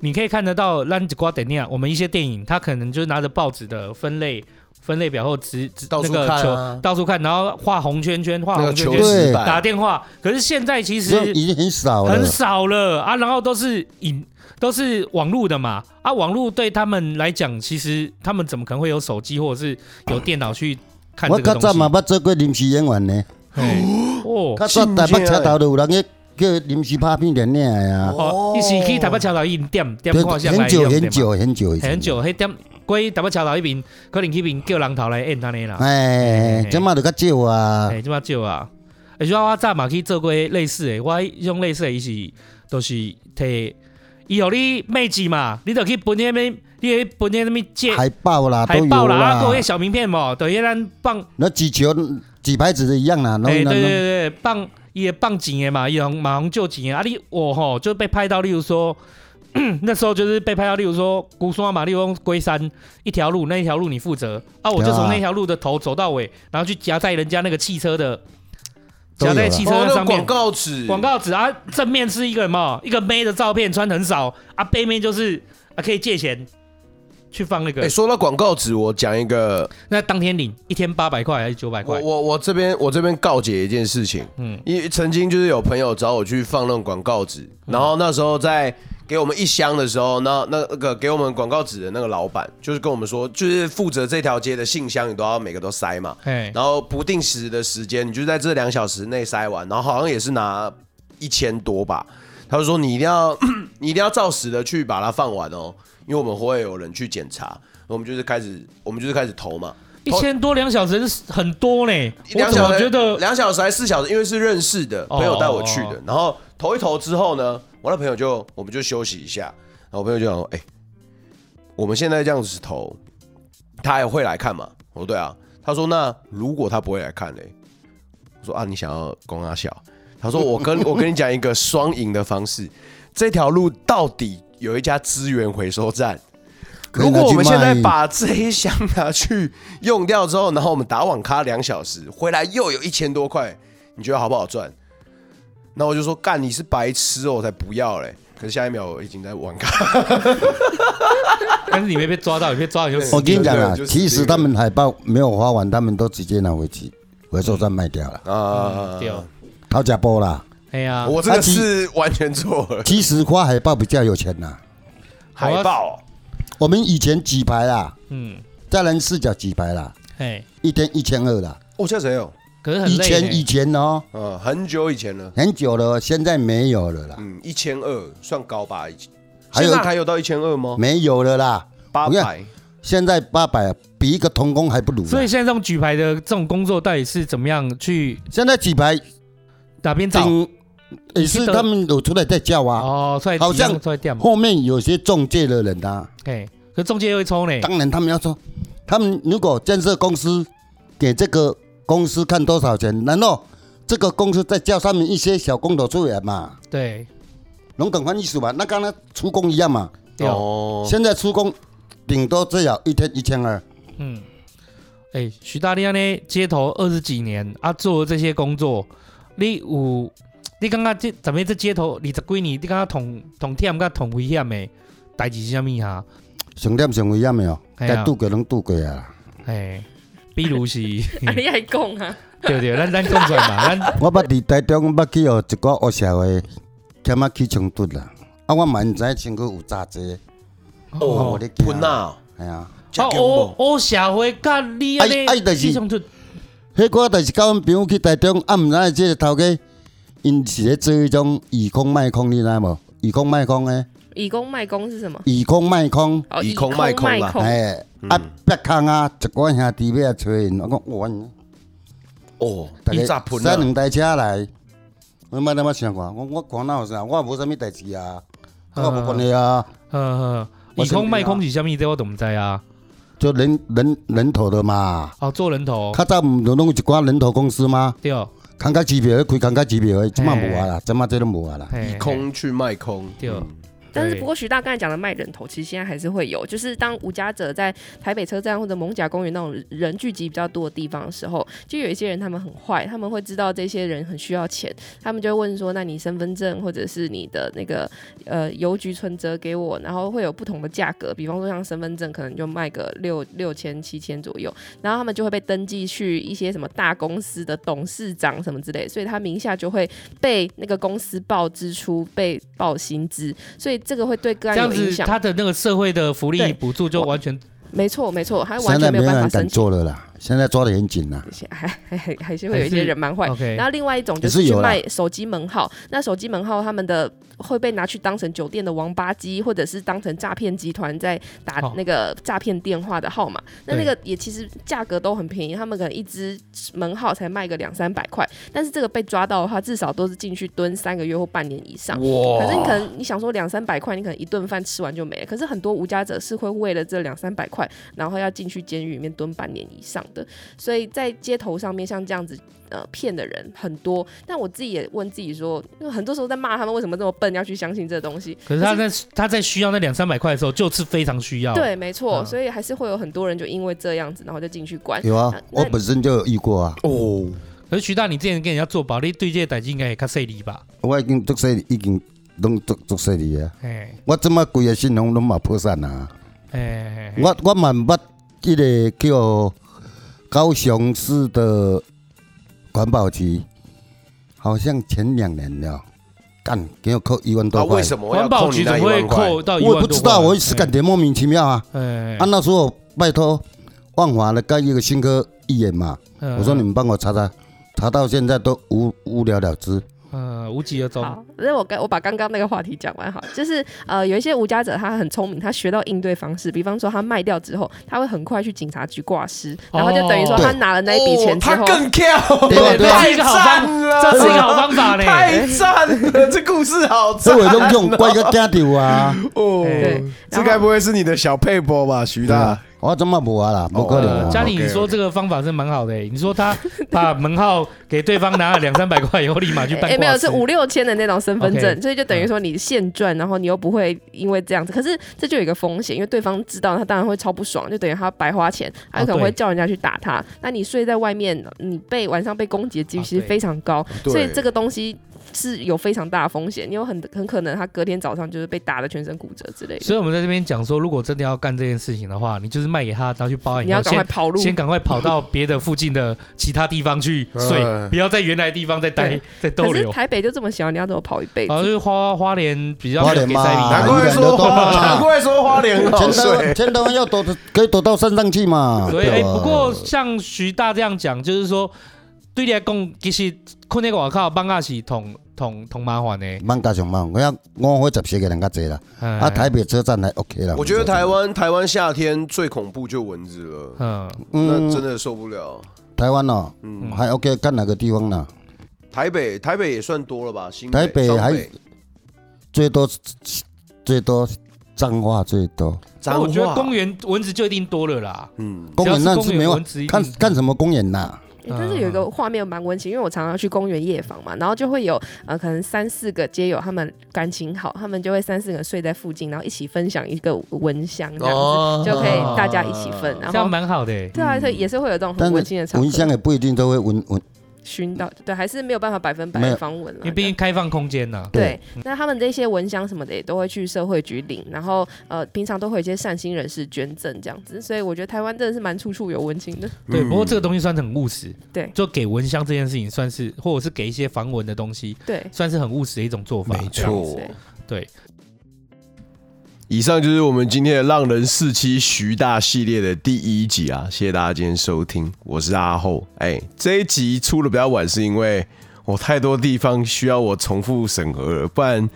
[SPEAKER 3] 你可以看得到咱一挂电影，我们一些电影，他可能就是拿着报纸的分类分类表后直直
[SPEAKER 2] 到
[SPEAKER 3] 那
[SPEAKER 2] 处
[SPEAKER 3] 个
[SPEAKER 2] 看
[SPEAKER 3] 球、
[SPEAKER 2] 啊
[SPEAKER 3] 到处看，然后画红圈圈，画
[SPEAKER 2] 那
[SPEAKER 3] 红
[SPEAKER 2] 个
[SPEAKER 3] 圈
[SPEAKER 2] 球
[SPEAKER 3] 圈，
[SPEAKER 2] 失
[SPEAKER 5] 对
[SPEAKER 3] 打
[SPEAKER 2] 败，
[SPEAKER 3] 电话。可是现在其
[SPEAKER 5] 这
[SPEAKER 3] 实
[SPEAKER 5] 已经很少了
[SPEAKER 3] 很，少了啊，然后都是影都是网络的嘛啊，网络对他们来讲，其实他们怎么可能会有手机或者是有电脑去看
[SPEAKER 5] 我
[SPEAKER 3] 这个
[SPEAKER 5] 较
[SPEAKER 3] 东
[SPEAKER 5] 早
[SPEAKER 3] 西
[SPEAKER 5] 嘛？捌做过临时演员呢，
[SPEAKER 3] 嘿哦
[SPEAKER 5] 较早台北车头都有人去叫临时拍片电影的啊。
[SPEAKER 3] 哦，一起去台北桥头一点点
[SPEAKER 5] 对
[SPEAKER 3] 看下来
[SPEAKER 5] 很久
[SPEAKER 3] 用的
[SPEAKER 5] 很
[SPEAKER 3] 嘛
[SPEAKER 5] 久很久以前
[SPEAKER 3] 很。久，迄点过去台北桥头迄边，可能迄边叫人头来演安尼啦。
[SPEAKER 5] 哎，
[SPEAKER 3] 嘿
[SPEAKER 5] 即马就较少啊。
[SPEAKER 3] 哎，即马少啊！而且我早嘛去做过类似的，我迄种类似的伊是都是摕伊互你妹子嘛，你就去分迄物，你去分迄物借
[SPEAKER 5] 海报啦，都
[SPEAKER 3] 哎海
[SPEAKER 5] 有
[SPEAKER 3] 报啦，啊，
[SPEAKER 5] 啦
[SPEAKER 3] 还有。迄小名片嘛，就迄咱放，
[SPEAKER 5] 那几球几牌子的一样啦，那
[SPEAKER 3] 哎，对
[SPEAKER 5] 那
[SPEAKER 3] 对
[SPEAKER 5] 那
[SPEAKER 3] 对，放伊会放钱的嘛，伊红马红借钱的啊！你我吼就被拍到，例如说。 <clears throat> 那时候就是被拍到，例如说孤山嘛，例如说龟山一条路，那一条路你负责啊，我就从那条路的头走到尾，然后去夹在人家那个汽车的，
[SPEAKER 5] 都
[SPEAKER 3] 夹
[SPEAKER 5] 有啦
[SPEAKER 3] 在汽车
[SPEAKER 2] 哦，
[SPEAKER 3] 的
[SPEAKER 2] 那
[SPEAKER 3] 上面
[SPEAKER 2] 广，告纸，
[SPEAKER 3] 广告纸啊，正面是一个什么？一个妹的照片，穿得很少啊，背面就是啊可以借钱去放那
[SPEAKER 2] 哎、
[SPEAKER 3] 个，
[SPEAKER 2] 说到广告纸，我讲一个，
[SPEAKER 3] 那当天领一天八百块还是九百
[SPEAKER 2] 我
[SPEAKER 3] 块？
[SPEAKER 2] 我我这边我这边告解一件事情，
[SPEAKER 3] 嗯，
[SPEAKER 2] 因为曾经就是有朋友找我去放那种广告纸，
[SPEAKER 3] 嗯
[SPEAKER 2] 然后那时候在给我们一箱的时候，那那那个给我们广告纸的那个老板，就是跟我们说，就是负责这条街的信箱，你都要每个都塞嘛，
[SPEAKER 3] 哎，
[SPEAKER 2] 然后不定时的时间，你就在这两小时内塞完，然后好像也是拿一千多吧。他就说你一定要 <coughs> 你一定要照实的去把它放完哦，因为我们会有人去检查。我们就是开始，我们就是开始投嘛，
[SPEAKER 3] 一千多两小时是很多呢，我
[SPEAKER 2] 两
[SPEAKER 3] 怎
[SPEAKER 2] 小
[SPEAKER 3] 么
[SPEAKER 2] 时
[SPEAKER 3] 觉得
[SPEAKER 2] 两小时还是四小时，因为是认识的
[SPEAKER 3] 哦
[SPEAKER 2] 朋友带我去
[SPEAKER 3] 哦
[SPEAKER 2] 的。然后投一投之后呢，我那朋友就我们就休息一下，然后我朋友就讲说，哎、我们现在这样子投，他还会来看嘛？我说对啊。他说那如果他不会来看嘞，我说啊，你想要供他笑？他说我跟 <laughs> 我跟你讲一个双赢的方式，这条路到底有一家资源回收站。
[SPEAKER 5] 可以
[SPEAKER 2] 如
[SPEAKER 5] 拿去
[SPEAKER 2] 果
[SPEAKER 5] 卖
[SPEAKER 2] 我们现在把这一箱拿去用掉之后，然后我们打网咖两小时，回来又有一千多块，你觉得好不好赚？那我就说干你是白痴哦，我才不要嘞！可是下一秒我已经在网
[SPEAKER 5] <laughs>
[SPEAKER 2] 咖，
[SPEAKER 3] 但是哎你没被抓到，你被抓到你就死
[SPEAKER 5] 我跟你讲啊
[SPEAKER 2] 对对对就，是
[SPEAKER 5] 其实他们海报没有发完，他们都直接拿回去回收站卖嗯掉了，
[SPEAKER 2] 啊
[SPEAKER 3] 掉。
[SPEAKER 5] 掏假包啦。
[SPEAKER 3] 哎呀，
[SPEAKER 2] 我这个是完全错
[SPEAKER 5] <laughs>
[SPEAKER 2] 了，
[SPEAKER 5] 其实发海报比较有钱呐。
[SPEAKER 3] 好啊
[SPEAKER 2] 海报哦
[SPEAKER 5] 我们以前几排啦，
[SPEAKER 3] 嗯，
[SPEAKER 5] 在人视角几排啦，
[SPEAKER 3] 哎，
[SPEAKER 5] 一天一千二啦。
[SPEAKER 2] 哦，叫谁哦？
[SPEAKER 3] 可是很
[SPEAKER 5] 以
[SPEAKER 3] 累
[SPEAKER 5] 前以
[SPEAKER 3] 呢。
[SPEAKER 5] 前哦，
[SPEAKER 2] 嗯，很久以前了，
[SPEAKER 5] 很久了，现在没有了啦，
[SPEAKER 2] 嗯，一千二算高吧？以前
[SPEAKER 5] 还
[SPEAKER 2] 现
[SPEAKER 5] 有
[SPEAKER 2] 在还有到一千二吗？
[SPEAKER 5] 没有了啦。
[SPEAKER 2] 八
[SPEAKER 5] 我跟你
[SPEAKER 2] 百
[SPEAKER 5] 讲现在八百比一个童工还不如啦。
[SPEAKER 3] 所以现在这种举牌的这种工作到底是怎么样去？
[SPEAKER 5] 现在举牌
[SPEAKER 3] 哪边找？
[SPEAKER 5] 真也是他们有出来在叫啊。
[SPEAKER 3] 哦，出来
[SPEAKER 5] 好像
[SPEAKER 3] 一样出来掉嘛。
[SPEAKER 5] 后面有些中介的人啊，
[SPEAKER 3] 哎，可是中介会抽呢。
[SPEAKER 5] 当然他们要说，他们如果建设公司给这个公司看多少钱，然后这个公司再叫他们一些小工头出来嘛，
[SPEAKER 3] 对，
[SPEAKER 5] 龙岗换艺术嘛，那跟他出工一样嘛。
[SPEAKER 3] 对哦，
[SPEAKER 2] 哦，
[SPEAKER 5] 现在出工顶多最少一天一千二，
[SPEAKER 3] 嗯，哎，徐大亮呢，街头二十几年啊，做这些工作，你有，你感觉这咱们这街头二十几年，你感觉同同忝甲同危险的代志是啥物哈？
[SPEAKER 5] 上点上危险没有？
[SPEAKER 3] 哎呀
[SPEAKER 5] 该渡过拢渡过啊啦。
[SPEAKER 3] 哎，比
[SPEAKER 5] <laughs>
[SPEAKER 3] 如是，
[SPEAKER 4] 啊，你还讲啊？
[SPEAKER 3] 对对，咱咱讲出来
[SPEAKER 5] <laughs>
[SPEAKER 3] 嘛，咱啊
[SPEAKER 5] 我捌伫台中，捌去互一个黑社会，欠啊起冲突啦。啊，我嘛毋知身躯有炸济，我无
[SPEAKER 3] 哦，
[SPEAKER 5] 咧惊。
[SPEAKER 2] 喷！啊，
[SPEAKER 5] 哎呀，
[SPEAKER 2] 吃
[SPEAKER 3] 啊，
[SPEAKER 2] 姜
[SPEAKER 3] 黑
[SPEAKER 2] 母
[SPEAKER 3] 黑社会甲你安尼，
[SPEAKER 5] 哎哎就是
[SPEAKER 3] 这种就
[SPEAKER 5] 迄个就是甲阮朋友去台中，啊，毋知即个头家，因是咧做迄种以空卖空，你知无？以空卖空诶，
[SPEAKER 4] 以公卖公是什么？
[SPEAKER 5] 以空卖空，
[SPEAKER 4] 哦，
[SPEAKER 2] 以
[SPEAKER 4] 以
[SPEAKER 2] 空
[SPEAKER 4] 空
[SPEAKER 2] 卖空啦
[SPEAKER 4] 卖空，
[SPEAKER 5] 哎，
[SPEAKER 2] 嗯
[SPEAKER 5] 啊，别空啊，一个兄弟要来找因，我讲哇，
[SPEAKER 2] 哦，
[SPEAKER 5] 大
[SPEAKER 2] 一炸
[SPEAKER 5] 家
[SPEAKER 2] 喷
[SPEAKER 5] 塞
[SPEAKER 2] 啊，
[SPEAKER 5] 两台车来，我莫那么想看，我我看哪有啥，我无啥物代志啊，我无关系啊，
[SPEAKER 3] 呃，
[SPEAKER 5] 我
[SPEAKER 3] 以
[SPEAKER 5] 身
[SPEAKER 3] 空
[SPEAKER 5] 边
[SPEAKER 3] 卖
[SPEAKER 5] 啊
[SPEAKER 3] 空是啥物？这我都不知啊。
[SPEAKER 5] 就人人人头的嘛。
[SPEAKER 3] 哦，做人头，
[SPEAKER 5] 较早毋就拢有一寡人头公司吗？
[SPEAKER 3] 对哦，
[SPEAKER 5] 空壳机票开空壳机票的，即马无啊啦，即马这都无啊啦。
[SPEAKER 3] 嘿
[SPEAKER 2] 以空去卖空，
[SPEAKER 3] 对
[SPEAKER 2] 嗯
[SPEAKER 4] 但是
[SPEAKER 3] 对
[SPEAKER 4] 不过徐大刚才讲的卖人头，其实现在还是会有，就是当无家者在台北车站或者蒙甲公园那种人聚集比较多的地方的时候，就有一些人他们很坏，他们会知道这些人很需要钱，他们就会问说：“那你身份证或者是你的那个呃邮局存折给我。”然后会有不同的价格，比方说像身份证可能就卖个六六千七千左右，然后他们就会被登记去一些什么大公司的董事长什么之类，所以他名下就会被那个公司报支出，被报薪资，所以这个会对
[SPEAKER 3] 这
[SPEAKER 4] 个案
[SPEAKER 3] 样
[SPEAKER 4] 有影
[SPEAKER 3] 子
[SPEAKER 4] 响。
[SPEAKER 3] 他的那个社会的福利
[SPEAKER 4] 对
[SPEAKER 3] 补助就完全
[SPEAKER 4] 没错，没错，他哎完
[SPEAKER 5] 现
[SPEAKER 4] 全
[SPEAKER 5] 在
[SPEAKER 4] 没有
[SPEAKER 5] 没有
[SPEAKER 4] 办法
[SPEAKER 5] 人
[SPEAKER 4] 申
[SPEAKER 5] 敢
[SPEAKER 4] 请。
[SPEAKER 5] 做了啦，现在抓的很紧啦。
[SPEAKER 4] 还还还还是会有一些人蛮坏。
[SPEAKER 3] OK。
[SPEAKER 4] 然后另外一种就
[SPEAKER 5] 还
[SPEAKER 4] 是
[SPEAKER 5] 是
[SPEAKER 4] 去
[SPEAKER 5] 有啦
[SPEAKER 4] 卖手机门号，那手机门号他们的会被拿去当成酒店的王八机，或者是当成诈骗集团在打
[SPEAKER 3] 哦
[SPEAKER 4] 那个诈骗电话的号码。那
[SPEAKER 3] 对
[SPEAKER 4] 那个也其实价格都很便宜，他们可能一只门号才卖个两三百块，但是这个被抓到的话，至少都是进去蹲三个月或半年以上。
[SPEAKER 2] 哇，
[SPEAKER 4] 可是你可能你想说两三百块，你可能一顿饭吃完就没了。可是很多无家者是会为了这两三百块，然后要进去监狱里面蹲半年以上的。所以在街头上面像这样子呃骗的人很多。但我自己也问自己说，因为很多时候在骂他们为什么这么笨要去相信这东西。
[SPEAKER 3] 可是他在他在需要那两三百块的时候，就是非常需要。，
[SPEAKER 4] 对，没错，
[SPEAKER 3] 嗯
[SPEAKER 4] 所以还是会有很多人就因为这样子，然后就进去关。
[SPEAKER 5] 有啊
[SPEAKER 4] 那，
[SPEAKER 5] 我本身就有遇过啊，
[SPEAKER 2] 哦，
[SPEAKER 3] 可是徐大，你之前跟人家做保，你对这个代志应该也较细腻吧？
[SPEAKER 5] 我已经足细，已经拢足足细哩啊。
[SPEAKER 3] 哎
[SPEAKER 5] 我即马规个信用拢嘛破产啊，
[SPEAKER 3] 哎，
[SPEAKER 5] 我我嘛毋捌迄个叫高雄市的环保局，好像前两年了，干给我扣一万
[SPEAKER 2] 那
[SPEAKER 5] 多
[SPEAKER 2] 啊
[SPEAKER 5] 块
[SPEAKER 2] 为。什么要
[SPEAKER 3] 环保
[SPEAKER 2] 扣你
[SPEAKER 3] 局怎
[SPEAKER 2] 那一
[SPEAKER 3] 么会
[SPEAKER 2] 万块？
[SPEAKER 3] 扣到一万
[SPEAKER 5] 我
[SPEAKER 3] 多
[SPEAKER 5] 也不知道，
[SPEAKER 3] 块
[SPEAKER 5] 我一时感觉莫名其妙啊。
[SPEAKER 3] 哎，
[SPEAKER 5] 啊，那时候拜托万华的跟一个新科议员嘛，
[SPEAKER 3] 我
[SPEAKER 5] 我说你，们帮我查查，查到现在都无无了了
[SPEAKER 3] <laughs>
[SPEAKER 5] 之。
[SPEAKER 3] 呃，无疾而终。
[SPEAKER 4] 好，那我刚我把刚刚那个话题讲完好，就是呃，有一些无家者他很聪明，他学到应对方式，比方说他卖掉之后，他会很快去警察局挂失，然后就等于说
[SPEAKER 3] 哦
[SPEAKER 4] 他拿了那一笔钱
[SPEAKER 2] 哦
[SPEAKER 4] 之
[SPEAKER 2] 他
[SPEAKER 4] 后，
[SPEAKER 2] 更跳，
[SPEAKER 5] 对啊对啊
[SPEAKER 2] 太赞了，
[SPEAKER 3] 这是一个好哎方法呢。呃
[SPEAKER 2] 太赞了，这故事好
[SPEAKER 5] 这
[SPEAKER 2] 赞
[SPEAKER 5] 我用用 <laughs> 怪个家丢啊！ <laughs>
[SPEAKER 2] 哦
[SPEAKER 4] 对，
[SPEAKER 2] 这该不会是你的小佩波吧，徐
[SPEAKER 5] 对
[SPEAKER 2] 大
[SPEAKER 5] 啊？我怎么无啊啦？不可能
[SPEAKER 3] 呃，
[SPEAKER 5] 啊
[SPEAKER 3] 家！里你说
[SPEAKER 2] OK，OK
[SPEAKER 3] 这个方法是蛮好的、你说他把门号给对方拿了两三百块以后，立马去办
[SPEAKER 4] 哎、没
[SPEAKER 3] 挂
[SPEAKER 4] 有
[SPEAKER 3] 失
[SPEAKER 4] 是五六千的那种身份证
[SPEAKER 3] OK 嗯
[SPEAKER 4] 所以就等于说你现赚，然后你又不会因为这样子，可是这就有一个风险，因为对方知道他当然会超不爽，就等于他白花钱，他可能会
[SPEAKER 3] 哦对
[SPEAKER 4] 叫人家去打他。那你睡在外面，你被晚上被攻击的几率
[SPEAKER 3] 啊
[SPEAKER 4] 其实
[SPEAKER 3] 对
[SPEAKER 4] 非常高，
[SPEAKER 2] 对
[SPEAKER 4] 所以这个东西是有非常大的风险，你有很很可能他隔天早上就是被打的全身骨折之类的。
[SPEAKER 3] 所以我们在这边讲说，如果真的要干这件事情的话，你就是卖给他，然后去报案
[SPEAKER 4] 你
[SPEAKER 3] 以
[SPEAKER 4] 要
[SPEAKER 3] 后，
[SPEAKER 4] 赶快
[SPEAKER 3] 哦先
[SPEAKER 4] 跑路，
[SPEAKER 3] 先赶快跑到别的附近的其他地方去
[SPEAKER 4] <laughs>
[SPEAKER 3] 睡，
[SPEAKER 2] 嗯
[SPEAKER 3] 不要在原来的地方再待
[SPEAKER 4] 对
[SPEAKER 3] 再
[SPEAKER 4] 可
[SPEAKER 3] 逗
[SPEAKER 4] 是
[SPEAKER 3] 留。
[SPEAKER 4] 台北就这么小，你要怎么跑一辈子？
[SPEAKER 3] 好像就是花花莲比较
[SPEAKER 5] 花
[SPEAKER 3] 没有
[SPEAKER 5] 莲
[SPEAKER 3] 给
[SPEAKER 5] 嘛
[SPEAKER 3] 塞米
[SPEAKER 2] 难
[SPEAKER 5] 啊
[SPEAKER 2] 怪说花，
[SPEAKER 5] 一个人都
[SPEAKER 2] 难怪说花莲很哦好
[SPEAKER 5] 千台湾
[SPEAKER 2] 睡。
[SPEAKER 5] 千台湾要躲，可以躲到山上去嘛？
[SPEAKER 3] 所以，哎、
[SPEAKER 5] 啊对吧
[SPEAKER 3] 不过像徐大这样讲，就是说，对你来讲，其实困在外口放假是同同同麻烦的。
[SPEAKER 5] 慢加上慢，我要五火十四个人较济啦。啊，
[SPEAKER 3] 啊
[SPEAKER 5] 台，北车站还 OK 啦。
[SPEAKER 2] 我觉得台，湾台湾夏天最恐怖就蚊子了，
[SPEAKER 3] 嗯，
[SPEAKER 2] 那真
[SPEAKER 5] 嗯，
[SPEAKER 2] 的受不了。
[SPEAKER 5] 台湾哦，
[SPEAKER 2] 嗯，
[SPEAKER 5] 还 OK，看哪个地方呢？
[SPEAKER 2] 台北台北也算多了吧？新
[SPEAKER 5] 台
[SPEAKER 2] 北
[SPEAKER 5] 北
[SPEAKER 2] 双
[SPEAKER 5] 还最多最多脏话最多，
[SPEAKER 2] 彰
[SPEAKER 3] 我觉得
[SPEAKER 2] 化
[SPEAKER 3] 公园蚊子就一定多了啦。
[SPEAKER 2] 嗯，
[SPEAKER 5] 公园那是
[SPEAKER 3] 只要是公
[SPEAKER 5] 没
[SPEAKER 3] 园
[SPEAKER 5] 有
[SPEAKER 3] 蚊子一定
[SPEAKER 5] 看看什么公园呐？
[SPEAKER 4] 欸但是有一
[SPEAKER 5] 嗯
[SPEAKER 4] 个画面蛮温情，因为我常常去公园夜访嘛，然后就会有呃，可能三四个街友，他们感情好，他们就会三四个人睡在附近，然后一起分享一个蚊香这样子，
[SPEAKER 2] 哦
[SPEAKER 4] 就可以大家一起分，然
[SPEAKER 3] 这样
[SPEAKER 4] 后。
[SPEAKER 3] 蛮好的欸。
[SPEAKER 4] 对啊，所以也是会有这种很
[SPEAKER 5] 但是
[SPEAKER 4] 温馨的场
[SPEAKER 5] 蚊香
[SPEAKER 4] 合，
[SPEAKER 5] 也不一定都会闻闻。
[SPEAKER 4] 熏到对，还是没有办法百分百
[SPEAKER 5] 没有
[SPEAKER 4] 的防蚊了。
[SPEAKER 3] 因为毕竟开放空间
[SPEAKER 5] 嗯
[SPEAKER 3] 呐，
[SPEAKER 4] 对，那他们这些蚊香什么的也都会去社会局领，然后呃，平常都会有一些善心人士捐赠这样子，所以我觉得台湾真的是蛮处处有温情的。
[SPEAKER 3] 对。
[SPEAKER 2] 嗯
[SPEAKER 3] 不过这个东西算是很务实，
[SPEAKER 4] 对
[SPEAKER 3] 就给蚊香这件事情算是，或者是给一些防蚊的东西，
[SPEAKER 4] 对，
[SPEAKER 3] 算是很务实的一种做法。
[SPEAKER 2] 没
[SPEAKER 3] 这样子
[SPEAKER 2] 错
[SPEAKER 4] 对。
[SPEAKER 3] 对，
[SPEAKER 2] 以上就是我们今天的《浪人四期》徐大系列的第一集啊，谢谢大家今天收听，我是阿厚。哎、这一集出的比较晚，是因为我太多地方需要我重复审核了，不然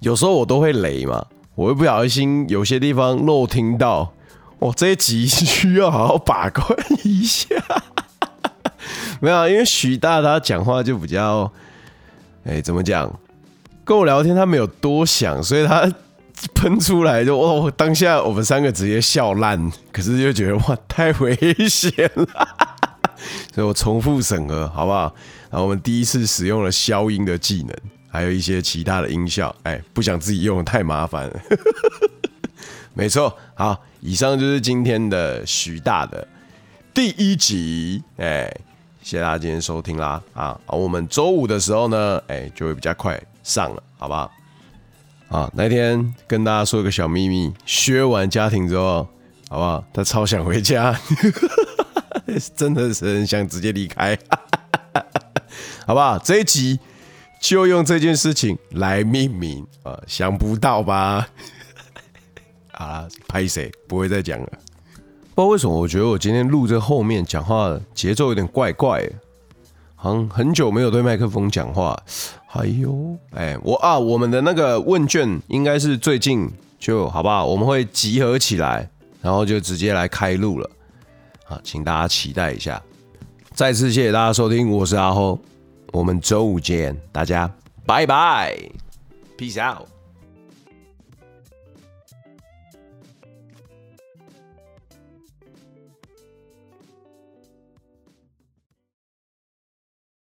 [SPEAKER 2] 有时候我都会雷嘛，我会不小心有些地方漏听到。我这一集需要好好把关一下。 <laughs> 没有啊，因为徐大他讲话就比较，哎、怎么讲？跟我聊天他没有多想，所以他喷出来就哦，当下我们三个直接笑烂，可是就觉得哇太危险了， <laughs> 所以我重复审核好不好？然后我们第一次使用了消音的技能，还有一些其他的音效，哎，不想自己用太麻烦 <laughs> 了。没错，好，以上就是今天的徐大的第一集，哎，谢谢大家今天收听啦啊！啊我们周五的时候呢，哎，就会比较快上了，好不好？啊，那天跟大家说一个小秘密，削完家庭之后，好不好？他超想回家， <laughs> 真的是很想直接离开， <laughs> 好不好？这一集就用这件事情来命名啊，想不到吧？ <laughs> 好啦，拍谁不会再讲了。不知道为什么，我觉得我今天录这后面讲话节奏有点怪怪的，好像很久没有对麦克风讲话。哎呦，哎，我啊，我们的那个问卷应该是最近就好不好？我们会集合起来，然后就直接来开录了。好，请大家期待一下。再次谢谢大家收听，我是阿后，我们周五见，大家拜拜，peace out。